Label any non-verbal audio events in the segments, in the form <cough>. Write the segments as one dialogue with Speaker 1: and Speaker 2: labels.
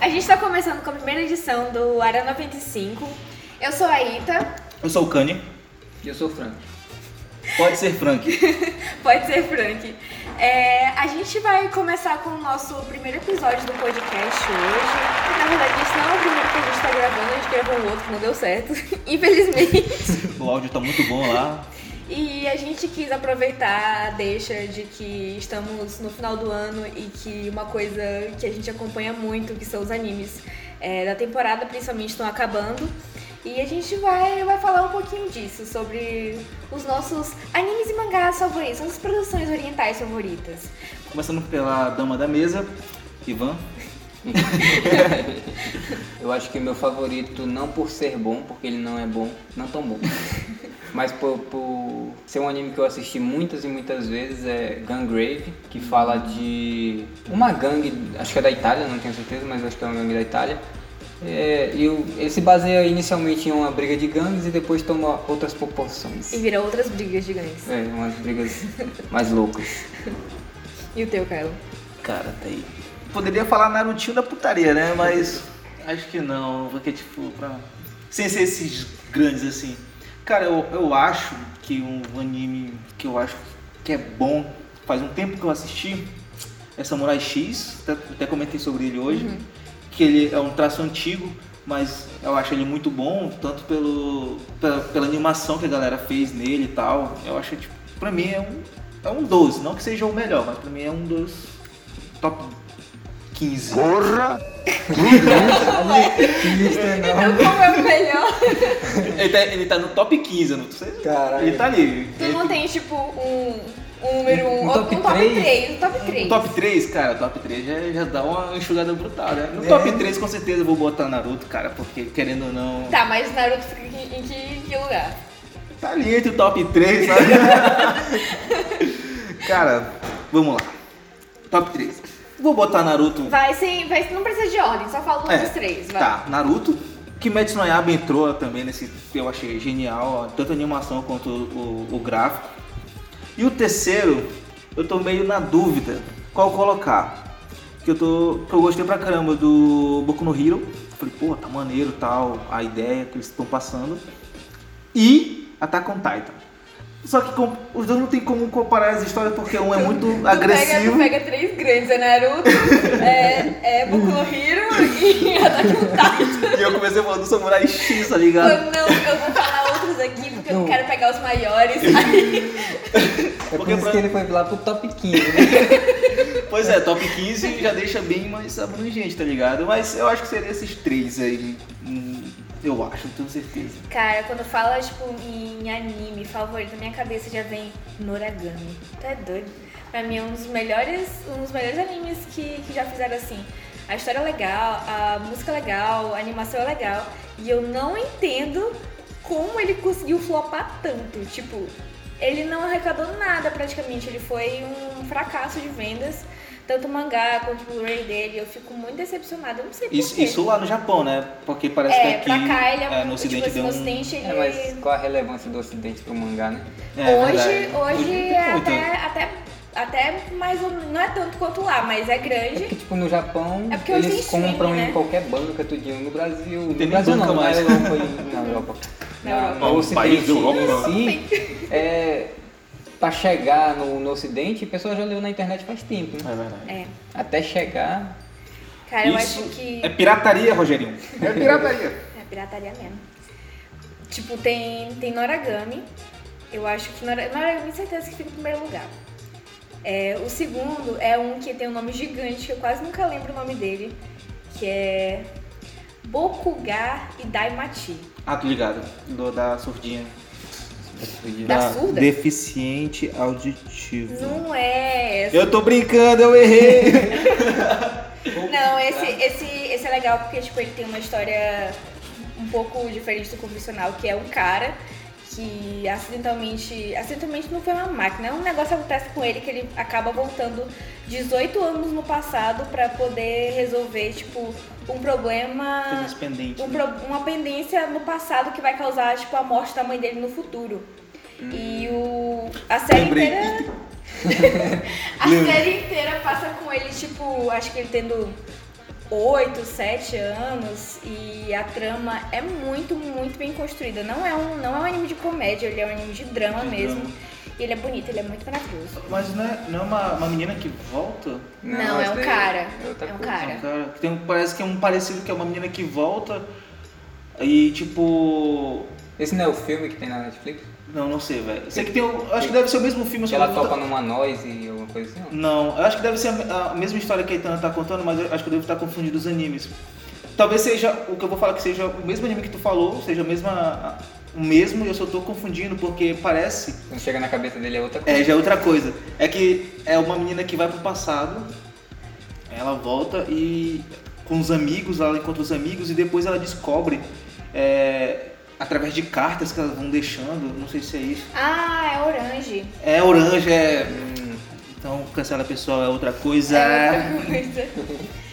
Speaker 1: a gente tá começando com a primeira edição do Ara 95. Eu sou a Ita,
Speaker 2: Eu sou o Kanye,
Speaker 3: E eu sou o Frank.
Speaker 2: pode ser Frank.
Speaker 1: pode ser Frank. É, a gente vai começar com o nosso primeiro episódio do podcast hoje. Na verdade, esse não é o primeiro que a gente tá gravando, a gente gravou um outro que não deu certo, <laughs> infelizmente.
Speaker 2: O áudio tá muito bom lá.
Speaker 1: E a gente quis aproveitar a deixa de que estamos no final do ano e que uma coisa que a gente acompanha muito, que são os animes é, da temporada, principalmente estão acabando. E a gente vai, vai falar um pouquinho disso, sobre os nossos animes e mangás favoritos, nossas produções orientais favoritas.
Speaker 2: Começando pela dama da mesa, Ivan.
Speaker 3: Eu acho que meu favorito, não por ser bom, porque ele não é bom, não tão bom, mas por, por ser um anime que eu assisti muitas e muitas vezes, é Gangrave, que fala de uma gangue, acho que é da Itália, não tenho certeza, mas acho que é uma gangue da Itália. É, e o- ele se baseia inicialmente em uma briga de gangues e depois toma outras proporções.
Speaker 1: E viram outras brigas gigantes.
Speaker 3: É, umas brigas mais loucas.
Speaker 1: E o teu, Caio?
Speaker 2: Cara, tá aí. Poderia falar Narutinho da putaria, né? Mas <laughs> acho que não, porque tipo, pra... sem ser esses grandes assim. Cara, eu, eu acho que um anime que eu acho que é bom, faz um tempo que eu assisti, é Samurai X, até, até comentei sobre ele hoje, que ele é um traço antigo, mas eu acho ele muito bom, tanto pelo, pela, pela animação que a galera fez nele e tal. Eu acho, tipo, pra mim é um, é um 12, não que seja o melhor, mas pra mim é um dos top 15.
Speaker 3: <laughs> Tá
Speaker 1: Então, como é o melhor?
Speaker 2: Ele tá, ele tá no top 15, eu não sei.
Speaker 3: Caralho.
Speaker 2: Ele tá ali.
Speaker 1: Tu
Speaker 2: Ele-
Speaker 1: não tem, tipo, um, um número um,
Speaker 3: Um top
Speaker 1: um top
Speaker 3: três?
Speaker 1: 3, um top 3.
Speaker 2: No top 3, cara, top 3 já, já dá uma enxugada brutal, né? No top 3 com certeza eu vou botar Naruto, cara, porque querendo ou não.
Speaker 1: Tá, mas Naruto fica em, em que- em que lugar?
Speaker 2: Tá ali entre o top 3, sabe? Cara, vamos lá. Top 3. Vou botar Naruto.
Speaker 1: Vai sem. Vai, não precisa de ordem, só fala um dos três, vai.
Speaker 2: É, Tá, Naruto. Kimetsu no Yaiba entrou também nesse, eu achei genial, ó, tanto a animação quanto o, o- o gráfico. E o terceiro, eu tô meio na dúvida qual colocar. Que eu, tô, que eu gostei pra caramba do Boku no Hero. Falei, pô, tá maneiro tal, a ideia que eles estão passando. E Attack on Titan. Só que com- os dois não tem como comparar as histórias porque um é muito
Speaker 1: <laughs> Tu pega, tu
Speaker 2: agressivo.
Speaker 1: pega três grandes, é
Speaker 2: <laughs>
Speaker 1: Naruto, é, é Boku no Hero e <laughs> Attack on Titan.
Speaker 2: E eu comecei falando do Samurai X, tá ligado?
Speaker 1: Falando, Não, eu vou falar outros aqui porque eu não quero pegar os
Speaker 2: <laughs>
Speaker 1: maiores. Aí,
Speaker 3: É por
Speaker 2: Porque
Speaker 3: isso
Speaker 2: pra-
Speaker 3: que ele foi lá pro top 15, né?
Speaker 2: Pois é, top 15 já deixa bem mais abrangente, tá ligado? Mas eu acho que seria esses três aí. Hum, Eu acho, não tenho certeza.
Speaker 1: cara, quando fala tipo, em anime favorito, na minha cabeça já vem Noragami. Tu é doido? Pra mim é um dos melhores, um dos melhores animes que, que já fizeram assim. A história é legal, a música é legal, a animação é legal. E eu não entendo como ele conseguiu flopar tanto. Tipo, ele não arrecadou nada praticamente, ele foi um fracasso de vendas. Tanto o mangá quanto o Blu-ray dele, eu fico muito decepcionada, eu não sei porquê.
Speaker 2: Isso, isso lá no Japão, né? Porque parece
Speaker 1: É,
Speaker 2: que
Speaker 1: pra
Speaker 2: aqui
Speaker 1: cá ele é,
Speaker 2: é,
Speaker 1: muito, tipo,
Speaker 2: no Ocidente
Speaker 1: assim,
Speaker 2: deu
Speaker 1: no
Speaker 2: um...
Speaker 1: Ocidente ele...
Speaker 3: É, mas qual a relevância do ocidente pro mangá, né?
Speaker 2: É,
Speaker 1: hoje,
Speaker 2: verdade.
Speaker 1: hoje
Speaker 2: tem
Speaker 1: é
Speaker 2: muito.
Speaker 1: até, até, até mais ou menos, não é tanto quanto lá, mas é grande.
Speaker 3: Porque, tipo, no Japão,
Speaker 1: É porque hoje tem
Speaker 3: eles
Speaker 1: streaming,
Speaker 3: compram
Speaker 1: né?
Speaker 3: em qualquer banca, tudinho. No Brasil,
Speaker 2: tem nem
Speaker 3: no Brasil
Speaker 2: banca
Speaker 3: não,
Speaker 2: mais.
Speaker 3: na Europa. e- Na Europa.
Speaker 1: Na
Speaker 3: Na-
Speaker 1: Europa.
Speaker 3: no
Speaker 2: Um
Speaker 3: Ocidente
Speaker 2: país da Europa.
Speaker 3: em si, é, pra chegar no, no Ocidente, a pessoa já leu na internet faz tempo, né?
Speaker 2: É verdade.
Speaker 1: É.
Speaker 3: Até chegar...
Speaker 1: Cara, eu
Speaker 2: Isso
Speaker 1: acho que
Speaker 2: É pirataria, Rogerinho. É pirataria.
Speaker 1: é pirataria mesmo. Tipo, tem, tem Noragami. Eu acho que Nora- Noragami, certeza que fica em primeiro lugar. É, o segundo é um que tem um nome gigante, que eu quase nunca lembro o nome dele, que é Bokuga e Daimachi.
Speaker 2: <laughs> Ah, tô ligado. Do, da surdinha.
Speaker 1: Da surda?
Speaker 2: Deficiente auditivo.
Speaker 1: Não é
Speaker 2: Eu tô brincando,
Speaker 1: <laughs>
Speaker 2: eu errei.
Speaker 1: Não, esse, esse, esse é legal porque tipo, ele tem uma história um pouco diferente do convencional, que é um cara que acidentalmente. Acidentalmente não foi uma máquina, é um negócio que acontece com ele que ele acaba voltando 18 anos no passado pra poder resolver, tipo, um problema.
Speaker 2: Coisas pendentes.
Speaker 1: um
Speaker 2: né?
Speaker 1: pro- uma pendência no passado que vai causar, tipo, a morte da mãe dele no futuro. E o. A série
Speaker 2: Lembrei.
Speaker 1: inteira.
Speaker 2: <laughs>
Speaker 1: A série inteira passa com ele, tipo, acho que ele tendo 8, 7 anos e a trama é muito, muito bem construída. Não é um, não é um anime de comédia, ele é um anime de drama
Speaker 2: De
Speaker 1: mesmo.
Speaker 2: drama.
Speaker 1: E ele é bonito, ele é muito maravilhoso.
Speaker 2: Mas não é, não é uma, uma menina que volta?
Speaker 1: Não, é um
Speaker 3: essa daí
Speaker 1: cara.
Speaker 3: É, outra
Speaker 1: É um
Speaker 3: coisa.
Speaker 1: cara.
Speaker 2: Não, cara. Tem um- parece que é um parecido que é uma menina que volta e tipo.
Speaker 3: Esse não é o filme que tem na Netflix?
Speaker 2: Não, não sei, velho. Sei que tem. o- Acho que deve ser o mesmo filme,
Speaker 3: Que
Speaker 2: só que
Speaker 3: ela
Speaker 2: volta-
Speaker 3: toca numa noise e alguma coisa assim? não?
Speaker 2: Não, eu acho que deve ser a a mesma história que a Itana tá contando, mas eu acho que eu devo estar confundindo os animes. Talvez seja o que eu vou falar que seja o mesmo anime que tu falou, seja a mesma, a- o mesmo e eu só tô confundindo porque parece.
Speaker 3: Quando chega na cabeça dele é outra coisa.
Speaker 2: É, já é outra coisa. É que é uma menina que vai pro passado, ela volta e com os amigos, ela encontra os amigos e depois ela descobre é, através de cartas que elas vão deixando, não sei se é isso.
Speaker 1: Ah, é Orange.
Speaker 2: É orange, é.
Speaker 3: Hum,
Speaker 2: Então cancela pessoal, é outra coisa.
Speaker 1: É outra coisa.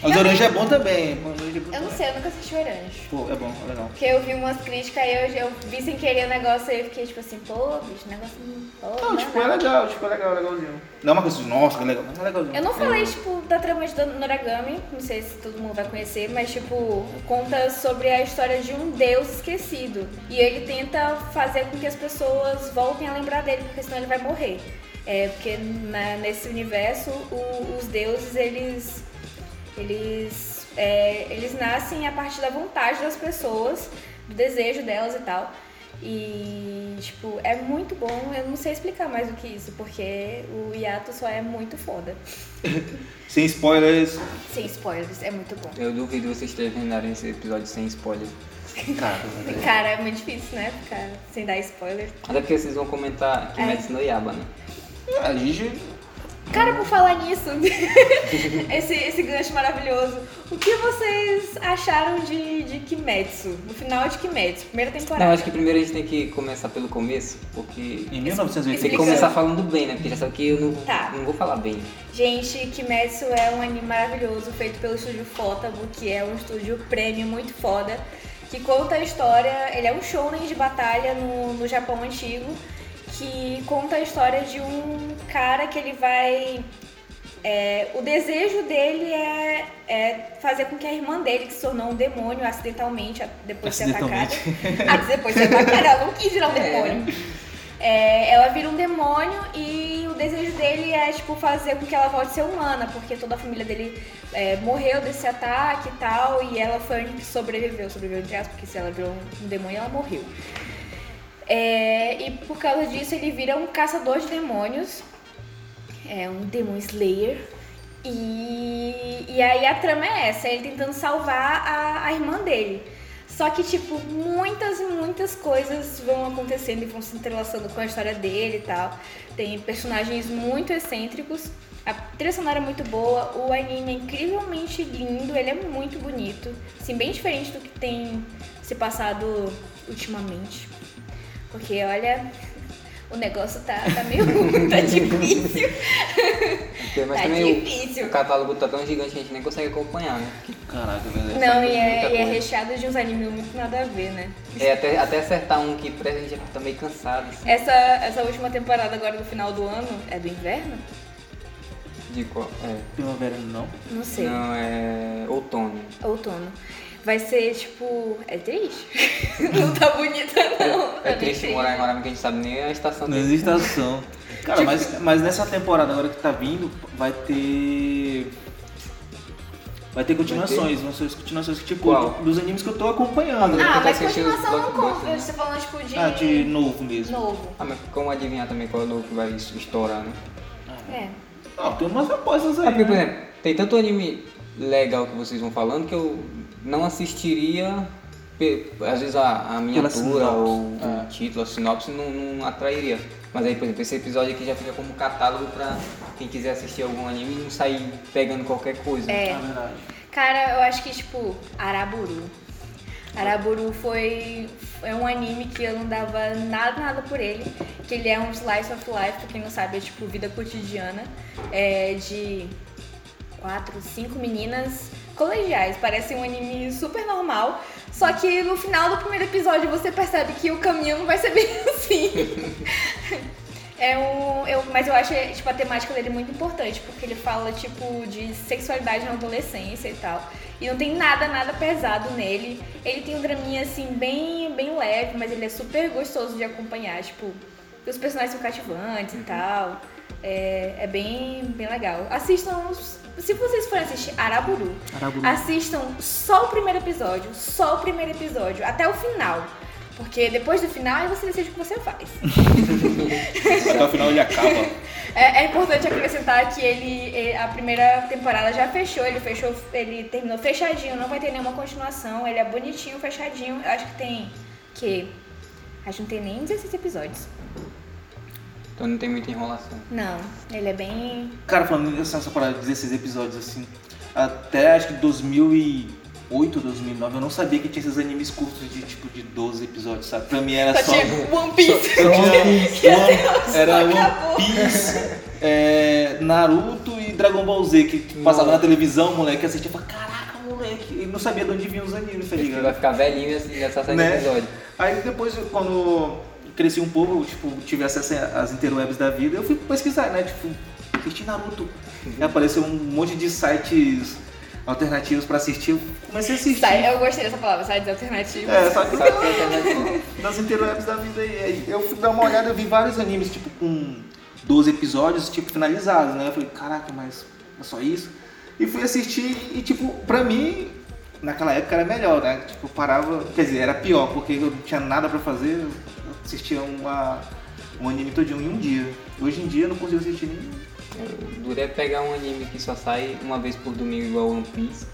Speaker 2: Mas laranja é bom também. Mas laranja é bom
Speaker 1: Eu não
Speaker 2: também.
Speaker 1: sei, eu nunca assisti Orange.
Speaker 2: Pô, é bom, é legal.
Speaker 1: Porque eu vi umas críticas e eu, eu vi sem querer o negócio e eu fiquei tipo assim, pô, bicho, negócio. Pô,
Speaker 2: Não,
Speaker 1: não
Speaker 2: tipo,
Speaker 1: é
Speaker 2: é
Speaker 1: nada.
Speaker 2: legal, tipo, é legal, legalzinho. Não é uma coisa assim, nossa, que legal, mas é legalzinho.
Speaker 1: Eu não falei, tipo, da trama de Noragami, não sei se todo mundo vai conhecer, mas, tipo, conta sobre a história de um deus esquecido. E ele tenta fazer com que as pessoas voltem a lembrar dele, porque senão ele vai morrer. É, porque na- nesse universo, o- os deuses, eles. Eles. é, eles nascem a partir da vontade das pessoas, do desejo delas e tal. E, tipo, é muito bom. Eu não sei explicar mais do que isso, porque o Yato só é muito foda.
Speaker 2: Sem
Speaker 1: <laughs>
Speaker 2: spoilers.
Speaker 1: Sem spoilers, é muito bom.
Speaker 3: eu duvido vocês terminarem esse episódio sem spoiler.
Speaker 2: Cara,
Speaker 1: E, cara, é muito difícil, né? Ficar sem dar spoiler.
Speaker 3: Até é porque vocês vão comentar que
Speaker 1: É.
Speaker 3: Kimetsu no Yaba, né?
Speaker 2: a gente.
Speaker 1: Cara, por falar nisso, <laughs> esse, esse gancho maravilhoso. O que vocês acharam de, de Kimetsu? No final de Kimetsu, primeira temporada.
Speaker 3: Não, acho que primeiro a gente tem que começar pelo começo, porque
Speaker 2: Em
Speaker 3: tem que
Speaker 2: 1980.
Speaker 1: Explicando.
Speaker 3: começar falando bem, né? Porque já sabe que eu não,
Speaker 1: Tá.
Speaker 3: não vou falar bem.
Speaker 1: Gente, Kimetsu é um anime maravilhoso feito pelo estúdio Fotabo, que é um estúdio prêmio muito foda, que conta a história. Ele é um shounen de batalha no, no Japão antigo, que conta a história de um cara que ele vai. é, o desejo dele é, é fazer com que a irmã dele, que se tornou um demônio acidentalmente, a- depois de ser atacada. Ah, depois de ser atacada, ela não quis virar um
Speaker 3: É.
Speaker 1: demônio. É, ela vira um demônio e o desejo dele é, tipo, fazer com que ela volte a ser humana, porque toda a família dele é, morreu desse ataque e tal, e ela foi a única que sobreviveu, sobreviveu entre aspas, porque se ela virou um demônio, ela morreu. É, e por causa disso ele vira um caçador de demônios, é um Demon Slayer. E, e aí a trama é essa, ele tentando salvar a, a irmã dele. Só que, tipo, muitas e muitas coisas vão acontecendo e vão se entrelaçando com a história dele e tal. Tem personagens muito excêntricos, a trilha sonora é muito boa, o anime é incrivelmente lindo, ele é muito bonito. Assim, bem diferente do que tem se passado ultimamente. Porque, olha, <laughs> o negócio tá, tá meio <laughs> tá difícil.
Speaker 3: Porque- <laughs> Mas
Speaker 1: Tá
Speaker 3: também o-
Speaker 1: difícil.
Speaker 3: o, catálogo tá tão gigante que a gente nem consegue acompanhar, né?
Speaker 2: Caraca, velho.
Speaker 1: Não, e
Speaker 3: muita
Speaker 1: é, e é
Speaker 3: coisa.
Speaker 1: recheado de uns animes muito nada a ver, né?
Speaker 3: É, até, até acertar um que parece que a gente já tá meio cansado, assim,
Speaker 1: Essa, essa última temporada agora do final do ano é do inverno?
Speaker 3: de qual... É.
Speaker 2: Primavera não.
Speaker 1: Não sei.
Speaker 3: Não, é
Speaker 1: <laughs>
Speaker 3: outono.
Speaker 1: Outono. Vai ser tipo. É triste. <laughs> não tá bonita, não.
Speaker 3: É
Speaker 1: Eu
Speaker 3: triste
Speaker 1: nem sei.
Speaker 3: morar em Roraima que a gente sabe nem a estação
Speaker 2: Não
Speaker 3: dele.
Speaker 2: existe ação.
Speaker 1: Tipo-
Speaker 2: Cara, mas, mas nessa temporada agora que tá vindo, vai ter. Vai ter continuações, vão ser as continuações que, tipo,
Speaker 3: Qual?
Speaker 2: dos animes que eu tô acompanhando. né?
Speaker 3: Ah,
Speaker 1: Ah,
Speaker 3: tá
Speaker 1: mas
Speaker 3: assistindo
Speaker 1: continuação não
Speaker 3: Black Panther,
Speaker 1: conta.
Speaker 3: né?
Speaker 1: Você falando tipo de.
Speaker 2: Ah, de novo mesmo.
Speaker 1: Novo.
Speaker 3: Ah, mas como adivinhar também qual é o novo que vai estourar, né?
Speaker 1: É.
Speaker 2: Ah, tem umas apostas aí.
Speaker 3: É porque, por
Speaker 2: né?
Speaker 3: exemplo, tem tanto anime legal que vocês vão falando que eu não assistiria. pe- Às vezes a, a miniatura
Speaker 2: sinopse. É.
Speaker 3: ou o título, a sinopse não, não atrairia. Mas aí, por exemplo, esse episódio aqui já fica como catálogo pra quem quiser assistir algum anime e não sair pegando qualquer coisa.
Speaker 1: É.
Speaker 2: Ah, verdade.
Speaker 1: Cara, eu acho que, tipo, Araburu. Araburu foi é um anime que eu não dava nada, nada por ele. Que ele é um slice of life, pra quem não sabe, é tipo vida cotidiana. É de quatro, cinco meninas colegiais. Parece um anime super normal. Só que no <laughs> final do primeiro episódio você percebe que o caminho não vai ser bem assim. É um, eu, mas eu acho tipo, a temática dele muito importante, porque ele fala tipo de sexualidade na adolescência e tal. E não tem nada, nada pesado nele. Ele tem um draminha assim bem, bem leve, mas ele é super gostoso de acompanhar, tipo, os personagens são cativantes e tal. É, é bem, bem legal. Assistam, se vocês forem assistir Araburu,
Speaker 2: Araburu.
Speaker 1: assistam só o primeiro episódio, só o primeiro episódio, até o final. Porque depois do final aí você decide o que você faz.
Speaker 4: Até o final ele acaba.
Speaker 1: É, é importante acrescentar que ele eh, a primeira temporada já fechou, ele fechou, ele terminou fechadinho, não vai ter nenhuma continuação, ele é bonitinho, fechadinho. Eu acho que tem que acho que não tem nem 16 episódios.
Speaker 3: <laughs> Então não tem muita
Speaker 2: Tá
Speaker 3: enrolação.
Speaker 1: Não, ele é bem
Speaker 2: Cara, falando nessa nessa parada de 16 episódios, assim, até acho que 2008, 2009, eu não sabia que tinha esses animes curtos de tipo de 12 episódios, sabe? Pra mim
Speaker 3: É
Speaker 2: era
Speaker 1: só
Speaker 2: só.
Speaker 1: tinha
Speaker 3: um-
Speaker 1: One Piece.
Speaker 2: só tinha
Speaker 1: <laughs>
Speaker 2: One-
Speaker 1: Deus,
Speaker 2: era
Speaker 1: acabou.
Speaker 2: One Piece, é, Naruto e Dragon Ball Z, que passava na televisão, moleque, assistia e falava, caraca, moleque, e não sabia de onde vinham os animes, tá
Speaker 3: Ele
Speaker 2: ligado?
Speaker 3: vai ficar velhinho e assim, já só sai
Speaker 2: Né?
Speaker 3: do episódio.
Speaker 2: Aí depois, eu, quando eu cresci um pouco, eu, tipo, tive acesso às interwebs da vida, eu fui pesquisar, né? Tipo, assistir Naruto. Aí apareceu um monte de sites alternativos pra assistir, eu comecei a assistir.
Speaker 1: Sai- Eu gostei dessa palavra, sites alternativos.
Speaker 2: É, só que
Speaker 3: Só que é alternativo.
Speaker 2: das interwebs da vida aí. Aí eu fui dar uma olhada, eu vi vários animes, tipo, com 12 episódios, tipo, finalizados, né? Eu falei, caraca, mas é só isso? E fui assistir e, tipo, pra mim, naquela época era melhor, né? Tipo, eu parava, quer dizer, era pior, porque eu não tinha nada pra fazer, eu assistia uma, um anime todinho em um dia. Hoje em dia eu não consigo assistir nem...
Speaker 3: O Duro é pegar um anime que só sai uma vez por domingo igual One Piece.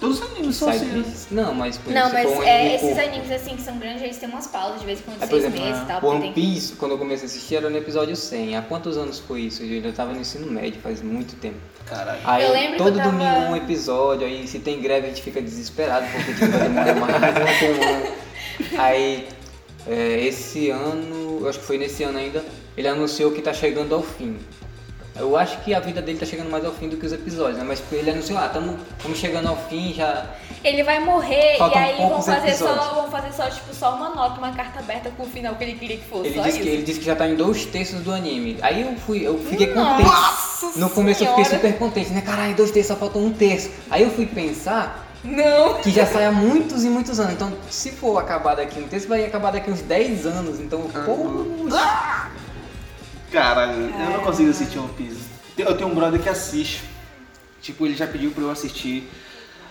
Speaker 2: Todos os
Speaker 3: Que
Speaker 2: animes são
Speaker 3: sai
Speaker 2: assim, né?
Speaker 3: três- Não, mas por
Speaker 1: Não,
Speaker 3: exemplo, se
Speaker 1: mas
Speaker 3: for um anime
Speaker 1: é, esses
Speaker 3: curto.
Speaker 1: animes assim que são grandes, eles têm umas pausas de vez em quando,
Speaker 3: Aí, por
Speaker 1: seis
Speaker 3: exemplo,
Speaker 1: meses e tal, porque tem
Speaker 3: One Piece, quando eu comecei a assistir, era no episódio 100. Há quantos anos foi isso? Eu ainda tava no ensino médio, faz muito tempo.
Speaker 2: Caralho.
Speaker 3: Aí
Speaker 1: Eu lembro que
Speaker 3: todo
Speaker 1: eu tava-
Speaker 3: domingo um episódio, aí se tem greve a gente fica desesperado porque tipo, vai demorar mais uma semana.
Speaker 1: <laughs>
Speaker 3: Aí é, esse ano, eu acho que foi nesse ano ainda, ele anunciou que tá chegando ao fim. Eu acho que a vida dele tá chegando mais ao fim do que os episódios, né? Mas ele anunciou, ah, estamos chegando ao fim, já
Speaker 1: Ele vai morrer
Speaker 3: Faltam
Speaker 1: e aí vão
Speaker 3: poucos
Speaker 1: fazer,
Speaker 3: episódios.
Speaker 1: só, vão fazer só, tipo, só uma nota, uma carta aberta com o final que ele queria que fosse.
Speaker 3: Ele
Speaker 1: só
Speaker 3: disse,
Speaker 1: isso.
Speaker 3: que, ele disse que já tá em dois terços do anime. Aí eu fui, eu fiquei um contente.
Speaker 1: Nossa
Speaker 3: no começo eu fiquei
Speaker 1: Senhora.
Speaker 3: super contente, né? Caralho, dois terços, só faltou um terço. Aí eu fui pensar
Speaker 1: Não!
Speaker 3: que já sai há muitos e muitos anos. Então, se for acabar daqui um terço, vai acabar daqui uns 10 anos. Então, porra.
Speaker 2: Caralho, eu não consigo assistir One Piece. Eu tenho um brother que assiste. Tipo, ele já pediu pra eu assistir.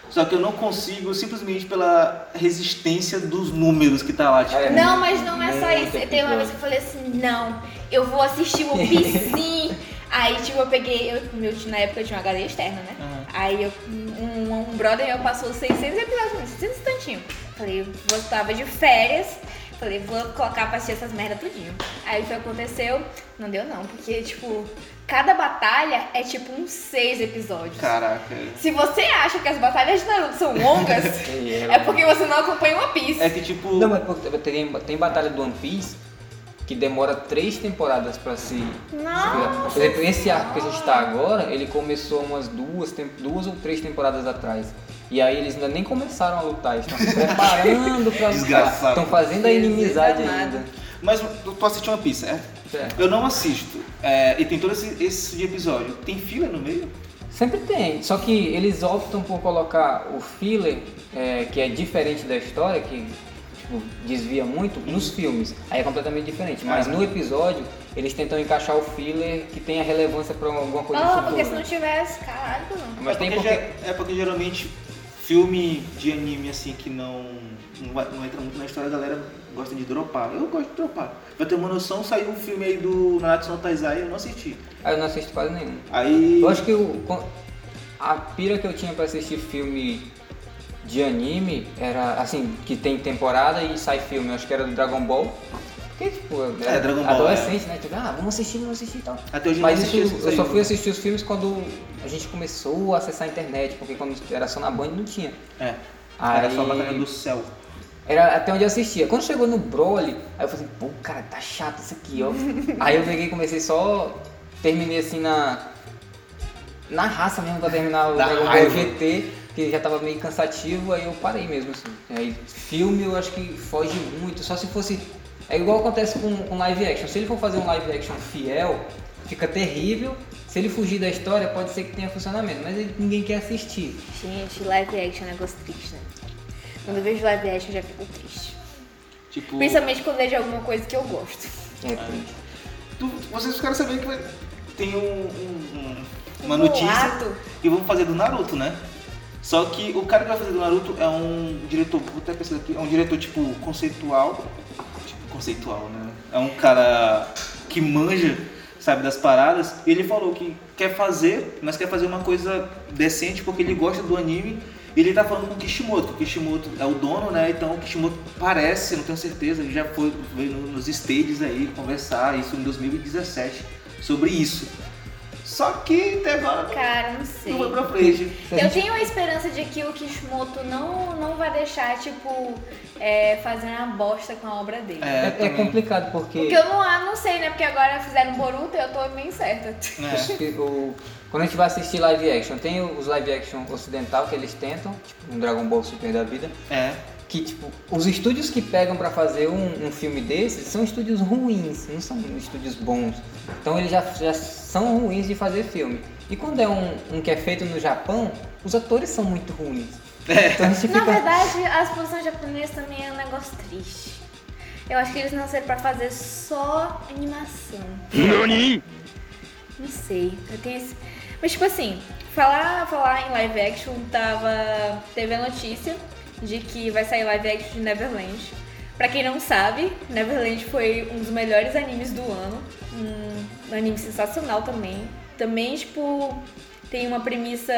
Speaker 2: Só que eu não consigo simplesmente pela resistência dos números que tá lá. Tipo,
Speaker 3: É.
Speaker 1: Não, mas não é só
Speaker 3: Muito
Speaker 1: isso. Tem uma
Speaker 3: episódio.
Speaker 1: vez que eu falei assim, não, eu vou assistir <laughs> o Piece. Aí, tipo, eu peguei, eu, meu, na época eu tinha um HD externo, né?
Speaker 2: Uhum.
Speaker 1: Aí eu, um, um brother meu passou 600 episódios, 600 instantinhos. Falei, eu vou- tava de férias, falei, vou colocar pra assistir essas merda tudinho. Aí o que aconteceu? Não deu não, porque, tipo, cada batalha é tipo uns 6 episódios.
Speaker 2: Caraca.
Speaker 1: Se você acha que as batalhas de Naruto são longas, <laughs> é porque você não acompanha One Piece.
Speaker 2: É que tipo.
Speaker 3: Não, mas porque tem, tem batalha do One Piece que demora três temporadas pra se.
Speaker 1: Nossa
Speaker 3: Por exemplo, esse arco que a gente tá agora, ele começou umas duas, tem- duas ou três temporadas atrás. E aí eles ainda nem começaram a lutar, eles estão se preparando pra lutar.
Speaker 2: Desgraçado.
Speaker 3: Estão fazendo a inimizade
Speaker 1: Jesus
Speaker 3: ainda. É.
Speaker 2: Mas tu tu assistiu One Piece, certo?
Speaker 3: Certo.
Speaker 2: Eu não assisto. É, e tem todo esse, esse episódio. Tem fila no meio?
Speaker 3: Sempre tem, só que eles optam por colocar o filler, é, que é diferente da história, que tipo, desvia muito, nos filmes. Aí é completamente diferente. Mas no episódio, eles tentam encaixar o filler que tenha relevância pra alguma coisa
Speaker 1: Ah,
Speaker 3: futura.
Speaker 1: porque se não tivesse, caralho.
Speaker 3: Mas
Speaker 2: é,
Speaker 3: tem
Speaker 2: porque
Speaker 3: porque...
Speaker 2: ge- é porque geralmente filme de anime assim que não, não, vai- não entra muito na história, a galera gosta de dropar. Eu gosto de dropar. Pra ter uma noção, saiu um filme aí do Nanatsu no Taizai eu não assisti.
Speaker 3: Ah, eu não assisto quase nenhum.
Speaker 2: Aí.
Speaker 3: Eu acho que o, a pira que eu tinha pra assistir filme de anime era assim, que tem temporada e sai filme, eu acho que era do Dragon Ball. Porque, tipo, eu
Speaker 2: É,
Speaker 3: era
Speaker 2: Dragon Ball,
Speaker 3: adolescente, né? Tipo, ah, vamos assistir, vamos assistir e tal.
Speaker 2: Até hoje eu
Speaker 3: Mas
Speaker 2: não
Speaker 3: isso,
Speaker 2: assisti esses
Speaker 3: eu só
Speaker 2: aí.
Speaker 3: fui assistir os filmes quando a gente começou a acessar a internet, porque quando era só na Band não tinha.
Speaker 2: É.
Speaker 3: Aí-
Speaker 2: Era só a Batalha do Céu.
Speaker 3: Era até onde eu assistia. Quando chegou no Broly, aí eu falei, pô, cara, tá chato isso aqui, ó. aí eu peguei e comecei só. Terminei assim na. Na raça mesmo pra terminar o
Speaker 2: Na
Speaker 3: Dragon Ball
Speaker 2: raiva.
Speaker 3: GT, que já tava meio cansativo, aí eu parei mesmo assim. Aí filme eu acho que foge muito, só se fosse É igual acontece com, com live action. Se ele for fazer um live action fiel, fica terrível. Se ele fugir da história, pode ser que tenha funcionamento, mas ele- ninguém quer assistir.
Speaker 1: Gente, live action é negócio triste, né? Quando eu vejo live action, eu já fico triste.
Speaker 2: Tipo,
Speaker 1: Principalmente quando é de alguma coisa que eu gosto.
Speaker 3: É triste.
Speaker 2: tu- vocês ficaram sabendo que vai, tem um, um- um- uma
Speaker 1: Um
Speaker 2: notícia
Speaker 1: boato.
Speaker 2: e vamos fazer do Naruto, né? Só que o cara que vai fazer do Naruto é um diretor, vou até pesquisar aqui, é um diretor tipo conceitual, tipo conceitual, né? É um cara que manja, sabe, das paradas. E ele falou que quer fazer, mas quer fazer uma coisa decente porque ele gosta do anime. E ele tá falando com o Kishimoto, que o Kishimoto é o dono, né? Então o Kishimoto parece, não tenho certeza, ele já foi veio no- nos stages aí conversar isso em 2017 sobre isso. Só que até agora não-
Speaker 1: Cara, não sei.
Speaker 2: não foi pra frente.
Speaker 3: Se a
Speaker 1: Eu
Speaker 3: gente-
Speaker 1: tenho a esperança de que o Kishimoto não, não vai deixar, tipo, é, fazer uma bosta com a obra dele.
Speaker 2: É,
Speaker 3: é, é
Speaker 2: também.
Speaker 3: complicado porque.
Speaker 1: Porque eu não, ah, não sei, né? Porque agora fizeram Boruto e eu tô bem certa.
Speaker 2: É.
Speaker 3: Os fi- o- quando a gente vai assistir live action, tem os live action ocidental que eles tentam, tipo um Dragon Ball Super da vida,
Speaker 2: É,
Speaker 3: que tipo, os estúdios que pegam pra fazer um, um filme desses são estúdios ruins, não são estúdios bons. Então eles já, já são ruins de fazer filme. E quando é um, um que é feito no Japão, os atores são muito ruins. Então a gente
Speaker 1: Na
Speaker 3: fica.
Speaker 1: verdade, as produções japonesas também é um negócio triste. Eu acho que eles nasceram pra fazer só animação. Não sei, eu tenho esse... Mas tipo assim, falar, falar em live action, tava... teve a notícia de que vai sair live action de Neverland. Pra quem não sabe, Neverland foi um dos melhores animes do ano. Um anime sensacional também. Também, tipo, tem uma premissa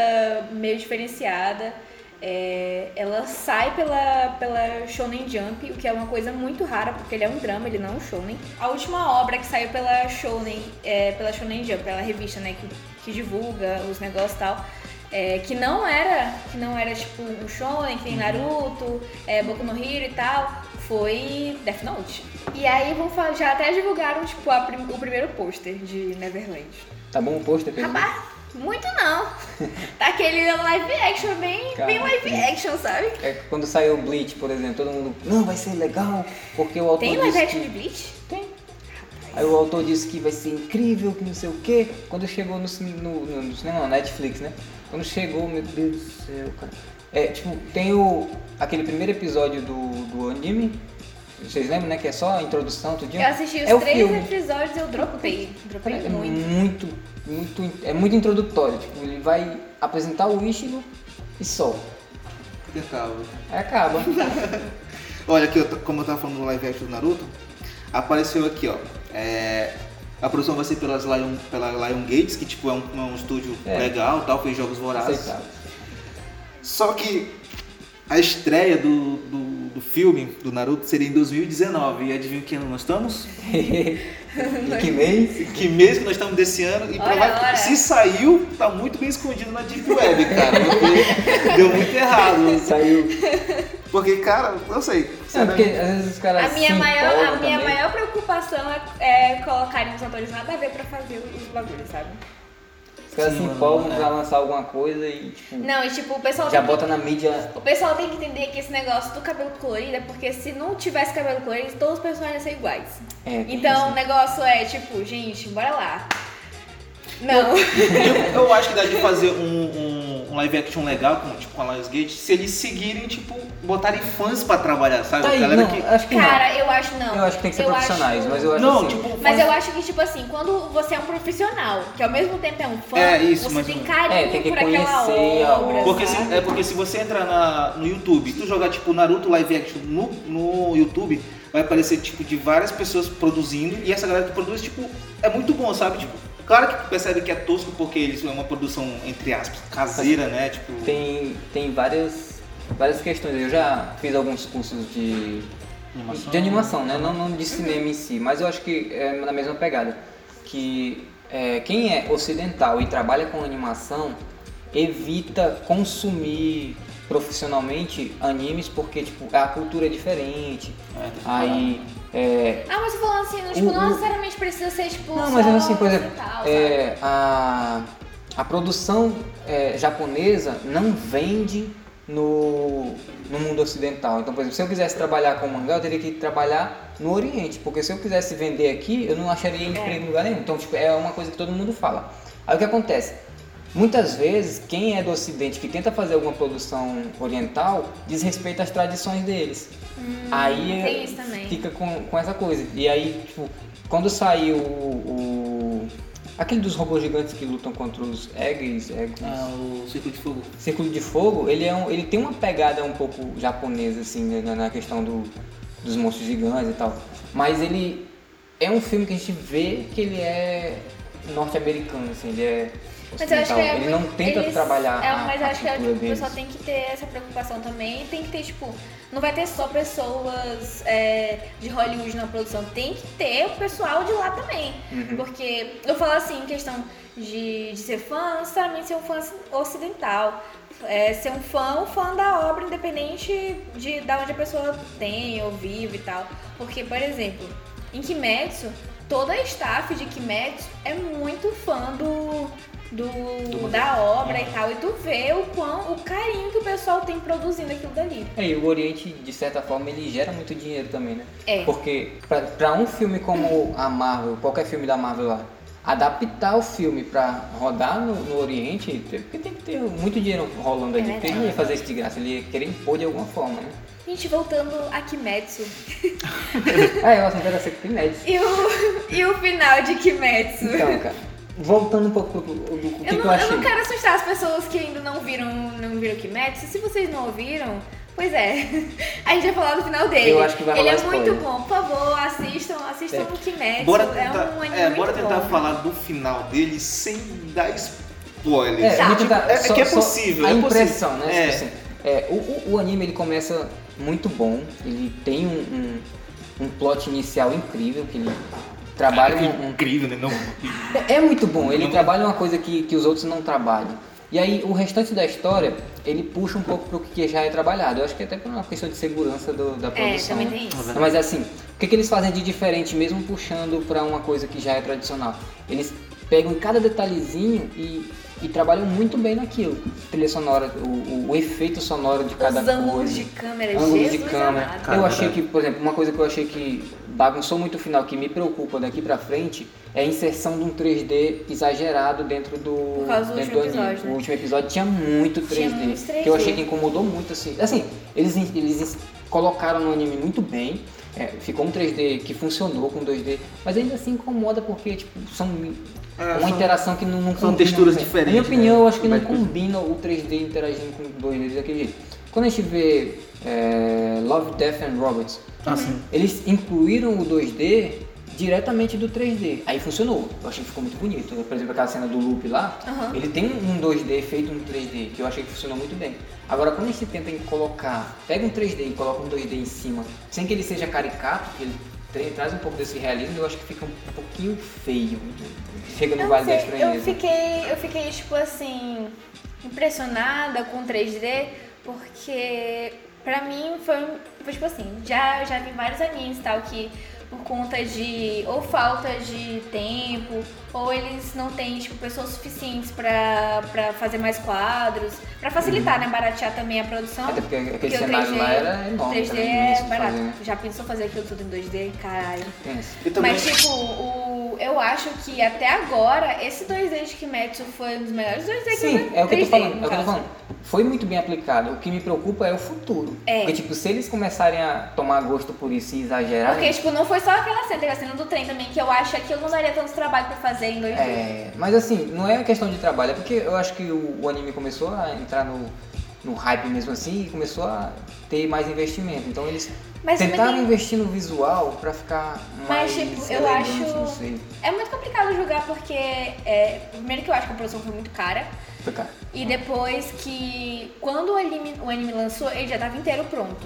Speaker 1: meio diferenciada. É, ela sai pela, pela Shonen Jump, o que é uma coisa muito rara, porque ele é um drama, ele não é um shonen. A última obra que saiu pela Shonen, é, pela Shonen Jump, pela revista, né, que, que divulga os negócios e tal, é, que não era, que não era tipo um shonen, que tem Naruto, é, Boku no Hero e tal, foi Death Note. E aí vão fa- já até divulgaram, tipo, a prim- o primeiro pôster de Neverland.
Speaker 3: Tá bom o pôster, Pedro?
Speaker 1: Rapaz, muito
Speaker 3: <laughs>
Speaker 1: não. Tá aquele live action, bem, bem
Speaker 3: Caraca.
Speaker 1: live action, sabe?
Speaker 3: É, quando saiu o Bleach, por exemplo, todo mundo. Não, vai ser legal, porque o autor.
Speaker 1: Tem
Speaker 3: disse
Speaker 1: live
Speaker 3: que-
Speaker 1: action de Bleach?
Speaker 3: Tem. Aí o autor disse que vai ser incrível, que não sei o quê. Quando chegou no, cin- no, no- no cinema, não, Netflix, né? Quando chegou, meu Deus do céu, cara. É, tipo, tem o, aquele primeiro episódio do, do anime. Vocês lembram, né? Que é só a introdução, tudinho.
Speaker 1: Eu assisti os
Speaker 3: é o
Speaker 1: três
Speaker 3: filme.
Speaker 1: episódios e eu dropei. Dropei
Speaker 3: É
Speaker 1: muito.
Speaker 3: muito, muito- é muito introdutório. Tipo, ele vai apresentar o Ishigo e só.
Speaker 2: intercalo.
Speaker 1: <laughs>
Speaker 3: Aí acaba.
Speaker 2: Olha aqui, eu t- como eu tava falando do live action do Naruto, apareceu aqui, ó. É, a produção vai ser pelas Lion, pela Lion Gates, que tipo é um, é um estúdio
Speaker 3: É.
Speaker 2: legal, tal, fez jogos vorazes.
Speaker 1: <laughs>
Speaker 3: Aceitável.
Speaker 2: Só que a estreia do, do, do filme do Naruto seria em 2019. E adivinha que ano nós estamos?
Speaker 3: e que mês?
Speaker 2: Que mês que nós estamos desse ano? E
Speaker 1: Olha,
Speaker 2: prova-
Speaker 1: olha.
Speaker 2: se saiu, tá muito bem escondido na Deep Web, cara. <laughs> Porque deu muito errado.
Speaker 3: Saiu.
Speaker 2: Porque, cara, não sei.
Speaker 3: É, porque às vezes os caras.
Speaker 1: A minha,
Speaker 3: se
Speaker 1: maior, a
Speaker 3: empolgam
Speaker 1: minha
Speaker 3: assim, também.
Speaker 1: maior preocupação é, é colocarem os atores nada a ver pra fazer os bagulhos, sabe?
Speaker 3: Os caras se
Speaker 2: Sim,
Speaker 3: empolgam
Speaker 2: mano,
Speaker 3: pra lançar alguma coisa e, tipo,
Speaker 1: Não, e tipo, o pessoal
Speaker 3: já
Speaker 1: tem
Speaker 3: bota na mídia.
Speaker 1: que, O pessoal tem que entender que esse negócio do cabelo colorido é porque se não tivesse cabelo colorido, todos os personagens iam ser
Speaker 3: <laughs>
Speaker 1: iguais.
Speaker 3: É, tem
Speaker 1: então
Speaker 3: isso.
Speaker 1: o negócio é tipo, gente, bora lá. Não.
Speaker 2: Eu, eu acho que dá de fazer um, um- um live action legal com, tipo, com a Lionsgate se eles seguirem, tipo, botarem fãs pra trabalhar, sabe?
Speaker 3: Tá aí,
Speaker 2: Galera
Speaker 3: não,
Speaker 2: que-
Speaker 3: acho que
Speaker 1: Cara, eu acho não.
Speaker 3: não. Eu acho que tem que ser profissionais,
Speaker 1: acho-
Speaker 3: mas eu acho
Speaker 2: Não,
Speaker 3: assim.
Speaker 2: tipo,
Speaker 1: Mas
Speaker 2: fãs-
Speaker 1: eu acho que, tipo assim, quando você é um profissional, que ao mesmo tempo é um fã,
Speaker 2: É, isso,
Speaker 1: você
Speaker 2: mais
Speaker 1: tem
Speaker 2: ou menos.
Speaker 1: carinho
Speaker 3: É, tem que
Speaker 1: por aquela
Speaker 3: conhecer a
Speaker 1: obra.
Speaker 3: obra.
Speaker 2: Porque se,
Speaker 1: sabe?
Speaker 2: é porque se você entrar na- no YouTube e tu jogar, tipo, Naruto live action no, no YouTube, vai aparecer, tipo, de várias pessoas produzindo e essa galera que produz, tipo, é muito bom, sabe? Tipo, claro que tu percebe que é tosco porque eles é uma produção, entre aspas, caseira, né? Tipo,
Speaker 3: tem, tem várias, várias questões. Eu já fiz alguns cursos de
Speaker 2: Animação.
Speaker 3: de animação, né? Não, não de cinema em si, mas eu acho que é na mesma pegada. Que é, quem é ocidental e trabalha com animação evita consumir profissionalmente animes porque tipo a cultura é diferente.
Speaker 2: É, tem que
Speaker 3: Aí é,
Speaker 1: Ah, mas eu tô falando assim, tipo,
Speaker 3: O-
Speaker 1: não
Speaker 3: o-
Speaker 1: necessariamente precisa ser, tipo,
Speaker 3: não, mas
Speaker 1: só
Speaker 3: é assim, por exemplo,
Speaker 1: ocidental, sabe?
Speaker 3: é, a, a produção é, japonesa não vende no, no mundo ocidental. Então, por exemplo, se eu quisesse trabalhar com mangá, eu teria que trabalhar no Oriente, porque se eu quisesse vender aqui, eu não
Speaker 1: É.
Speaker 3: acharia emprego em lugar nenhum. Então, tipo, é uma coisa que todo mundo fala. Aí o que acontece? Muitas vezes, quem é do Ocidente que tenta fazer alguma produção oriental diz respeito às tradições deles. aí
Speaker 1: Hum,
Speaker 3: é
Speaker 1: tem isso também.
Speaker 3: fica com, com essa coisa. E aí, tipo, quando saiu o, o- aquele dos robôs gigantes que lutam contra os eggs, eggs
Speaker 2: Ah, o Circuito de Fogo.
Speaker 3: Círculo de Fogo, ele, é um- ele tem uma pegada um pouco japonesa, assim, né, na, na questão do, dos monstros gigantes e tal. Mas ele é um filme que a gente vê que ele é norte-americano, assim, ele é
Speaker 1: Mas eu acho que
Speaker 3: ocidental.
Speaker 1: é
Speaker 3: então, ele
Speaker 1: muito-
Speaker 3: não tenta
Speaker 1: eles-
Speaker 3: trabalhar
Speaker 1: É,
Speaker 3: a,
Speaker 1: mas eu
Speaker 3: a
Speaker 1: acho que
Speaker 3: cultura
Speaker 1: o pessoal
Speaker 3: deles.
Speaker 1: tem que ter essa preocupação também. Tem que ter, tipo, não vai ter só pessoas é, de Hollywood na produção, tem que ter o pessoal de lá também.
Speaker 3: Uhum.
Speaker 1: Porque eu falo assim, em questão de, de ser fã, não necessariamente ser um fã ocidental. É, ser um fã, um fã da obra, independente de, da onde a pessoa tem ou vive e tal. Porque, por exemplo, em Kimetsu, toda a staff de Kimetsu é muito fã do, do, da obra e tal. E tu vê o quão o carinho que o pessoal tem produzindo aquilo dali.
Speaker 3: É, e o Oriente, de certa forma, ele gera muito dinheiro também, né?
Speaker 1: É.
Speaker 3: Porque pra, pra um filme como a Marvel, qualquer filme da Marvel lá, adaptar o filme pra rodar no, no Oriente, tem- porque tem que ter muito dinheiro rolando ali.
Speaker 1: É
Speaker 3: Porque ele não ia fazer isso de graça, ele ia querer impor de alguma forma, né?
Speaker 1: Gente, voltando a Kimetsu.
Speaker 3: Ah, é, o assunto era ser Kimetsu.
Speaker 1: E o, <laughs> e o final de Kimetsu.
Speaker 3: Então, cara, voltando um pouco pro, pro- pro- pro que,
Speaker 1: Eu
Speaker 3: que
Speaker 1: não,
Speaker 3: eu
Speaker 1: eu
Speaker 3: achei.
Speaker 1: não quero assustar as pessoas que ainda não viram, não viram Kimetsu. Se vocês não ouviram, pois é. <laughs> A gente vai falar do final dele.
Speaker 3: Eu acho que vai
Speaker 1: Ele é
Speaker 3: rolar spoiler.
Speaker 1: muito bom. Por favor, assistam, assistam o Kimetsu.
Speaker 2: Bora
Speaker 1: é
Speaker 2: tentar,
Speaker 1: um anime
Speaker 2: é,
Speaker 1: muito
Speaker 2: bora tentar
Speaker 1: bom.
Speaker 2: falar do final dele sem dar spoiler.
Speaker 3: É, eu vou tentar-
Speaker 2: É, é que é possível,
Speaker 3: A
Speaker 2: é
Speaker 3: impressão,
Speaker 2: possível.
Speaker 3: né?
Speaker 2: É.
Speaker 3: Tipo assim, é, o, o- o anime ele começa muito bom, ele tem um, um, um plot inicial incrível, que ele trabalha
Speaker 2: Que
Speaker 3: um- um-
Speaker 2: incrível, né? Não,
Speaker 3: é, é muito bom, ele trabalha uma coisa que, que os outros não trabalham. E aí o restante da história, ele puxa um pouco pro que já é trabalhado. Eu acho que até por uma questão de segurança do- da
Speaker 1: É,
Speaker 3: produção.
Speaker 1: também
Speaker 3: né?
Speaker 1: tem isso.
Speaker 3: Mas assim, o que, que eles fazem de diferente, mesmo puxando pra uma coisa que já é tradicional? Eles pegam cada detalhezinho e, e trabalham muito bem naquilo. Trilha sonora, o, o- o efeito sonoro de cada
Speaker 1: Os
Speaker 3: coisa.
Speaker 1: ângulos de câmera,
Speaker 3: ângulos
Speaker 1: Jesus
Speaker 3: de câmera.
Speaker 1: amado.
Speaker 2: Cara,
Speaker 3: eu achei
Speaker 2: verdade.
Speaker 3: que, por exemplo, uma coisa que eu achei que bagunçou muito o final, que me preocupa daqui pra frente, é a inserção de um 3D exagerado dentro do,
Speaker 1: Por causa do
Speaker 3: dentro
Speaker 1: último
Speaker 3: anime.
Speaker 1: episódio, né?
Speaker 3: O último episódio tinha muito 3D,
Speaker 1: Tinha muitos
Speaker 3: que eu
Speaker 1: 3D.
Speaker 3: achei que incomodou muito assim. Assim, eles, eles colocaram no anime muito bem. é, ficou um 3D que funcionou com 2D, mas ainda assim incomoda porque tipo, são
Speaker 2: É,
Speaker 3: uma
Speaker 2: são-
Speaker 3: interação que não, não
Speaker 2: são
Speaker 3: combina.
Speaker 2: texturas
Speaker 3: Na minha
Speaker 2: diferentes,
Speaker 3: opinião,
Speaker 2: né?
Speaker 3: eu acho que não
Speaker 2: Vai-
Speaker 3: combina o 3D interagindo com o 2D daquele jeito. Quando a gente vê é, Love, Death and Robots,
Speaker 2: assim,
Speaker 3: eles incluíram o 2D diretamente do 3D. Aí funcionou. Eu achei que ficou muito bonito. Por exemplo, aquela cena do loop lá,
Speaker 1: Aham.
Speaker 3: ele tem um 2D feito no 3D, que eu achei que funcionou muito bem. Agora, quando eles tentam colocar, pega um 3D e coloca um 2D em cima, sem que ele seja caricato, que ele tra- traz um pouco desse realismo, eu acho que fica um pouquinho feio. Chega no
Speaker 1: Eu, não
Speaker 3: Vale da
Speaker 1: sei, eu
Speaker 3: Estranheza.
Speaker 1: fiquei, eu fiquei, tipo assim, impressionada com 3D, porque pra mim foi, um- foi tipo assim, já, já vi vários animes e tal que por conta de ou falta de tempo, ou eles não têm tipo, pessoas suficientes pra, pra fazer mais quadros, pra facilitar, né, baratear também a produção.
Speaker 3: Até porque aquele
Speaker 1: o
Speaker 3: cenário lá era enorme,
Speaker 1: 3D
Speaker 3: É, também,
Speaker 1: é
Speaker 3: difícil de
Speaker 1: barato.
Speaker 3: fazer, né?
Speaker 1: Já pensou fazer aquilo tudo em 2D? Caralho.
Speaker 3: Pensa.
Speaker 2: eu também.
Speaker 1: Mas, tipo, o, eu acho que até agora, esse 2D de Kimetsu foi um dos melhores 2D que eu
Speaker 3: Sim,
Speaker 1: já-
Speaker 3: é o que eu tô
Speaker 1: 3D, no
Speaker 3: falando, é o que eu tô
Speaker 1: caso.
Speaker 3: falando. Foi muito bem aplicado. O que me preocupa é o futuro.
Speaker 1: É.
Speaker 3: Porque, tipo, se eles começarem a tomar gosto por isso e exagerar.
Speaker 1: Porque, tipo, não foi só aquela cena, teve a cena do trem também, que eu acho que eu não daria tanto trabalho pra fazer em 2D.
Speaker 3: É, mas assim, não é questão de trabalho, é porque eu acho que o, o anime começou a entrar no, no hype mesmo assim e começou a ter mais investimento. Então eles
Speaker 1: É, Mas também
Speaker 3: tentaram
Speaker 1: tem-
Speaker 3: investir no visual pra ficar mais
Speaker 1: Mas, tipo, eu
Speaker 3: elegante,
Speaker 1: acho.
Speaker 3: não sei.
Speaker 1: É muito complicado julgar porque, é, primeiro, que eu acho que a produção foi muito cara.
Speaker 3: Ficar.
Speaker 1: E depois que, quando o anime, o anime lançou, ele já tava inteiro pronto.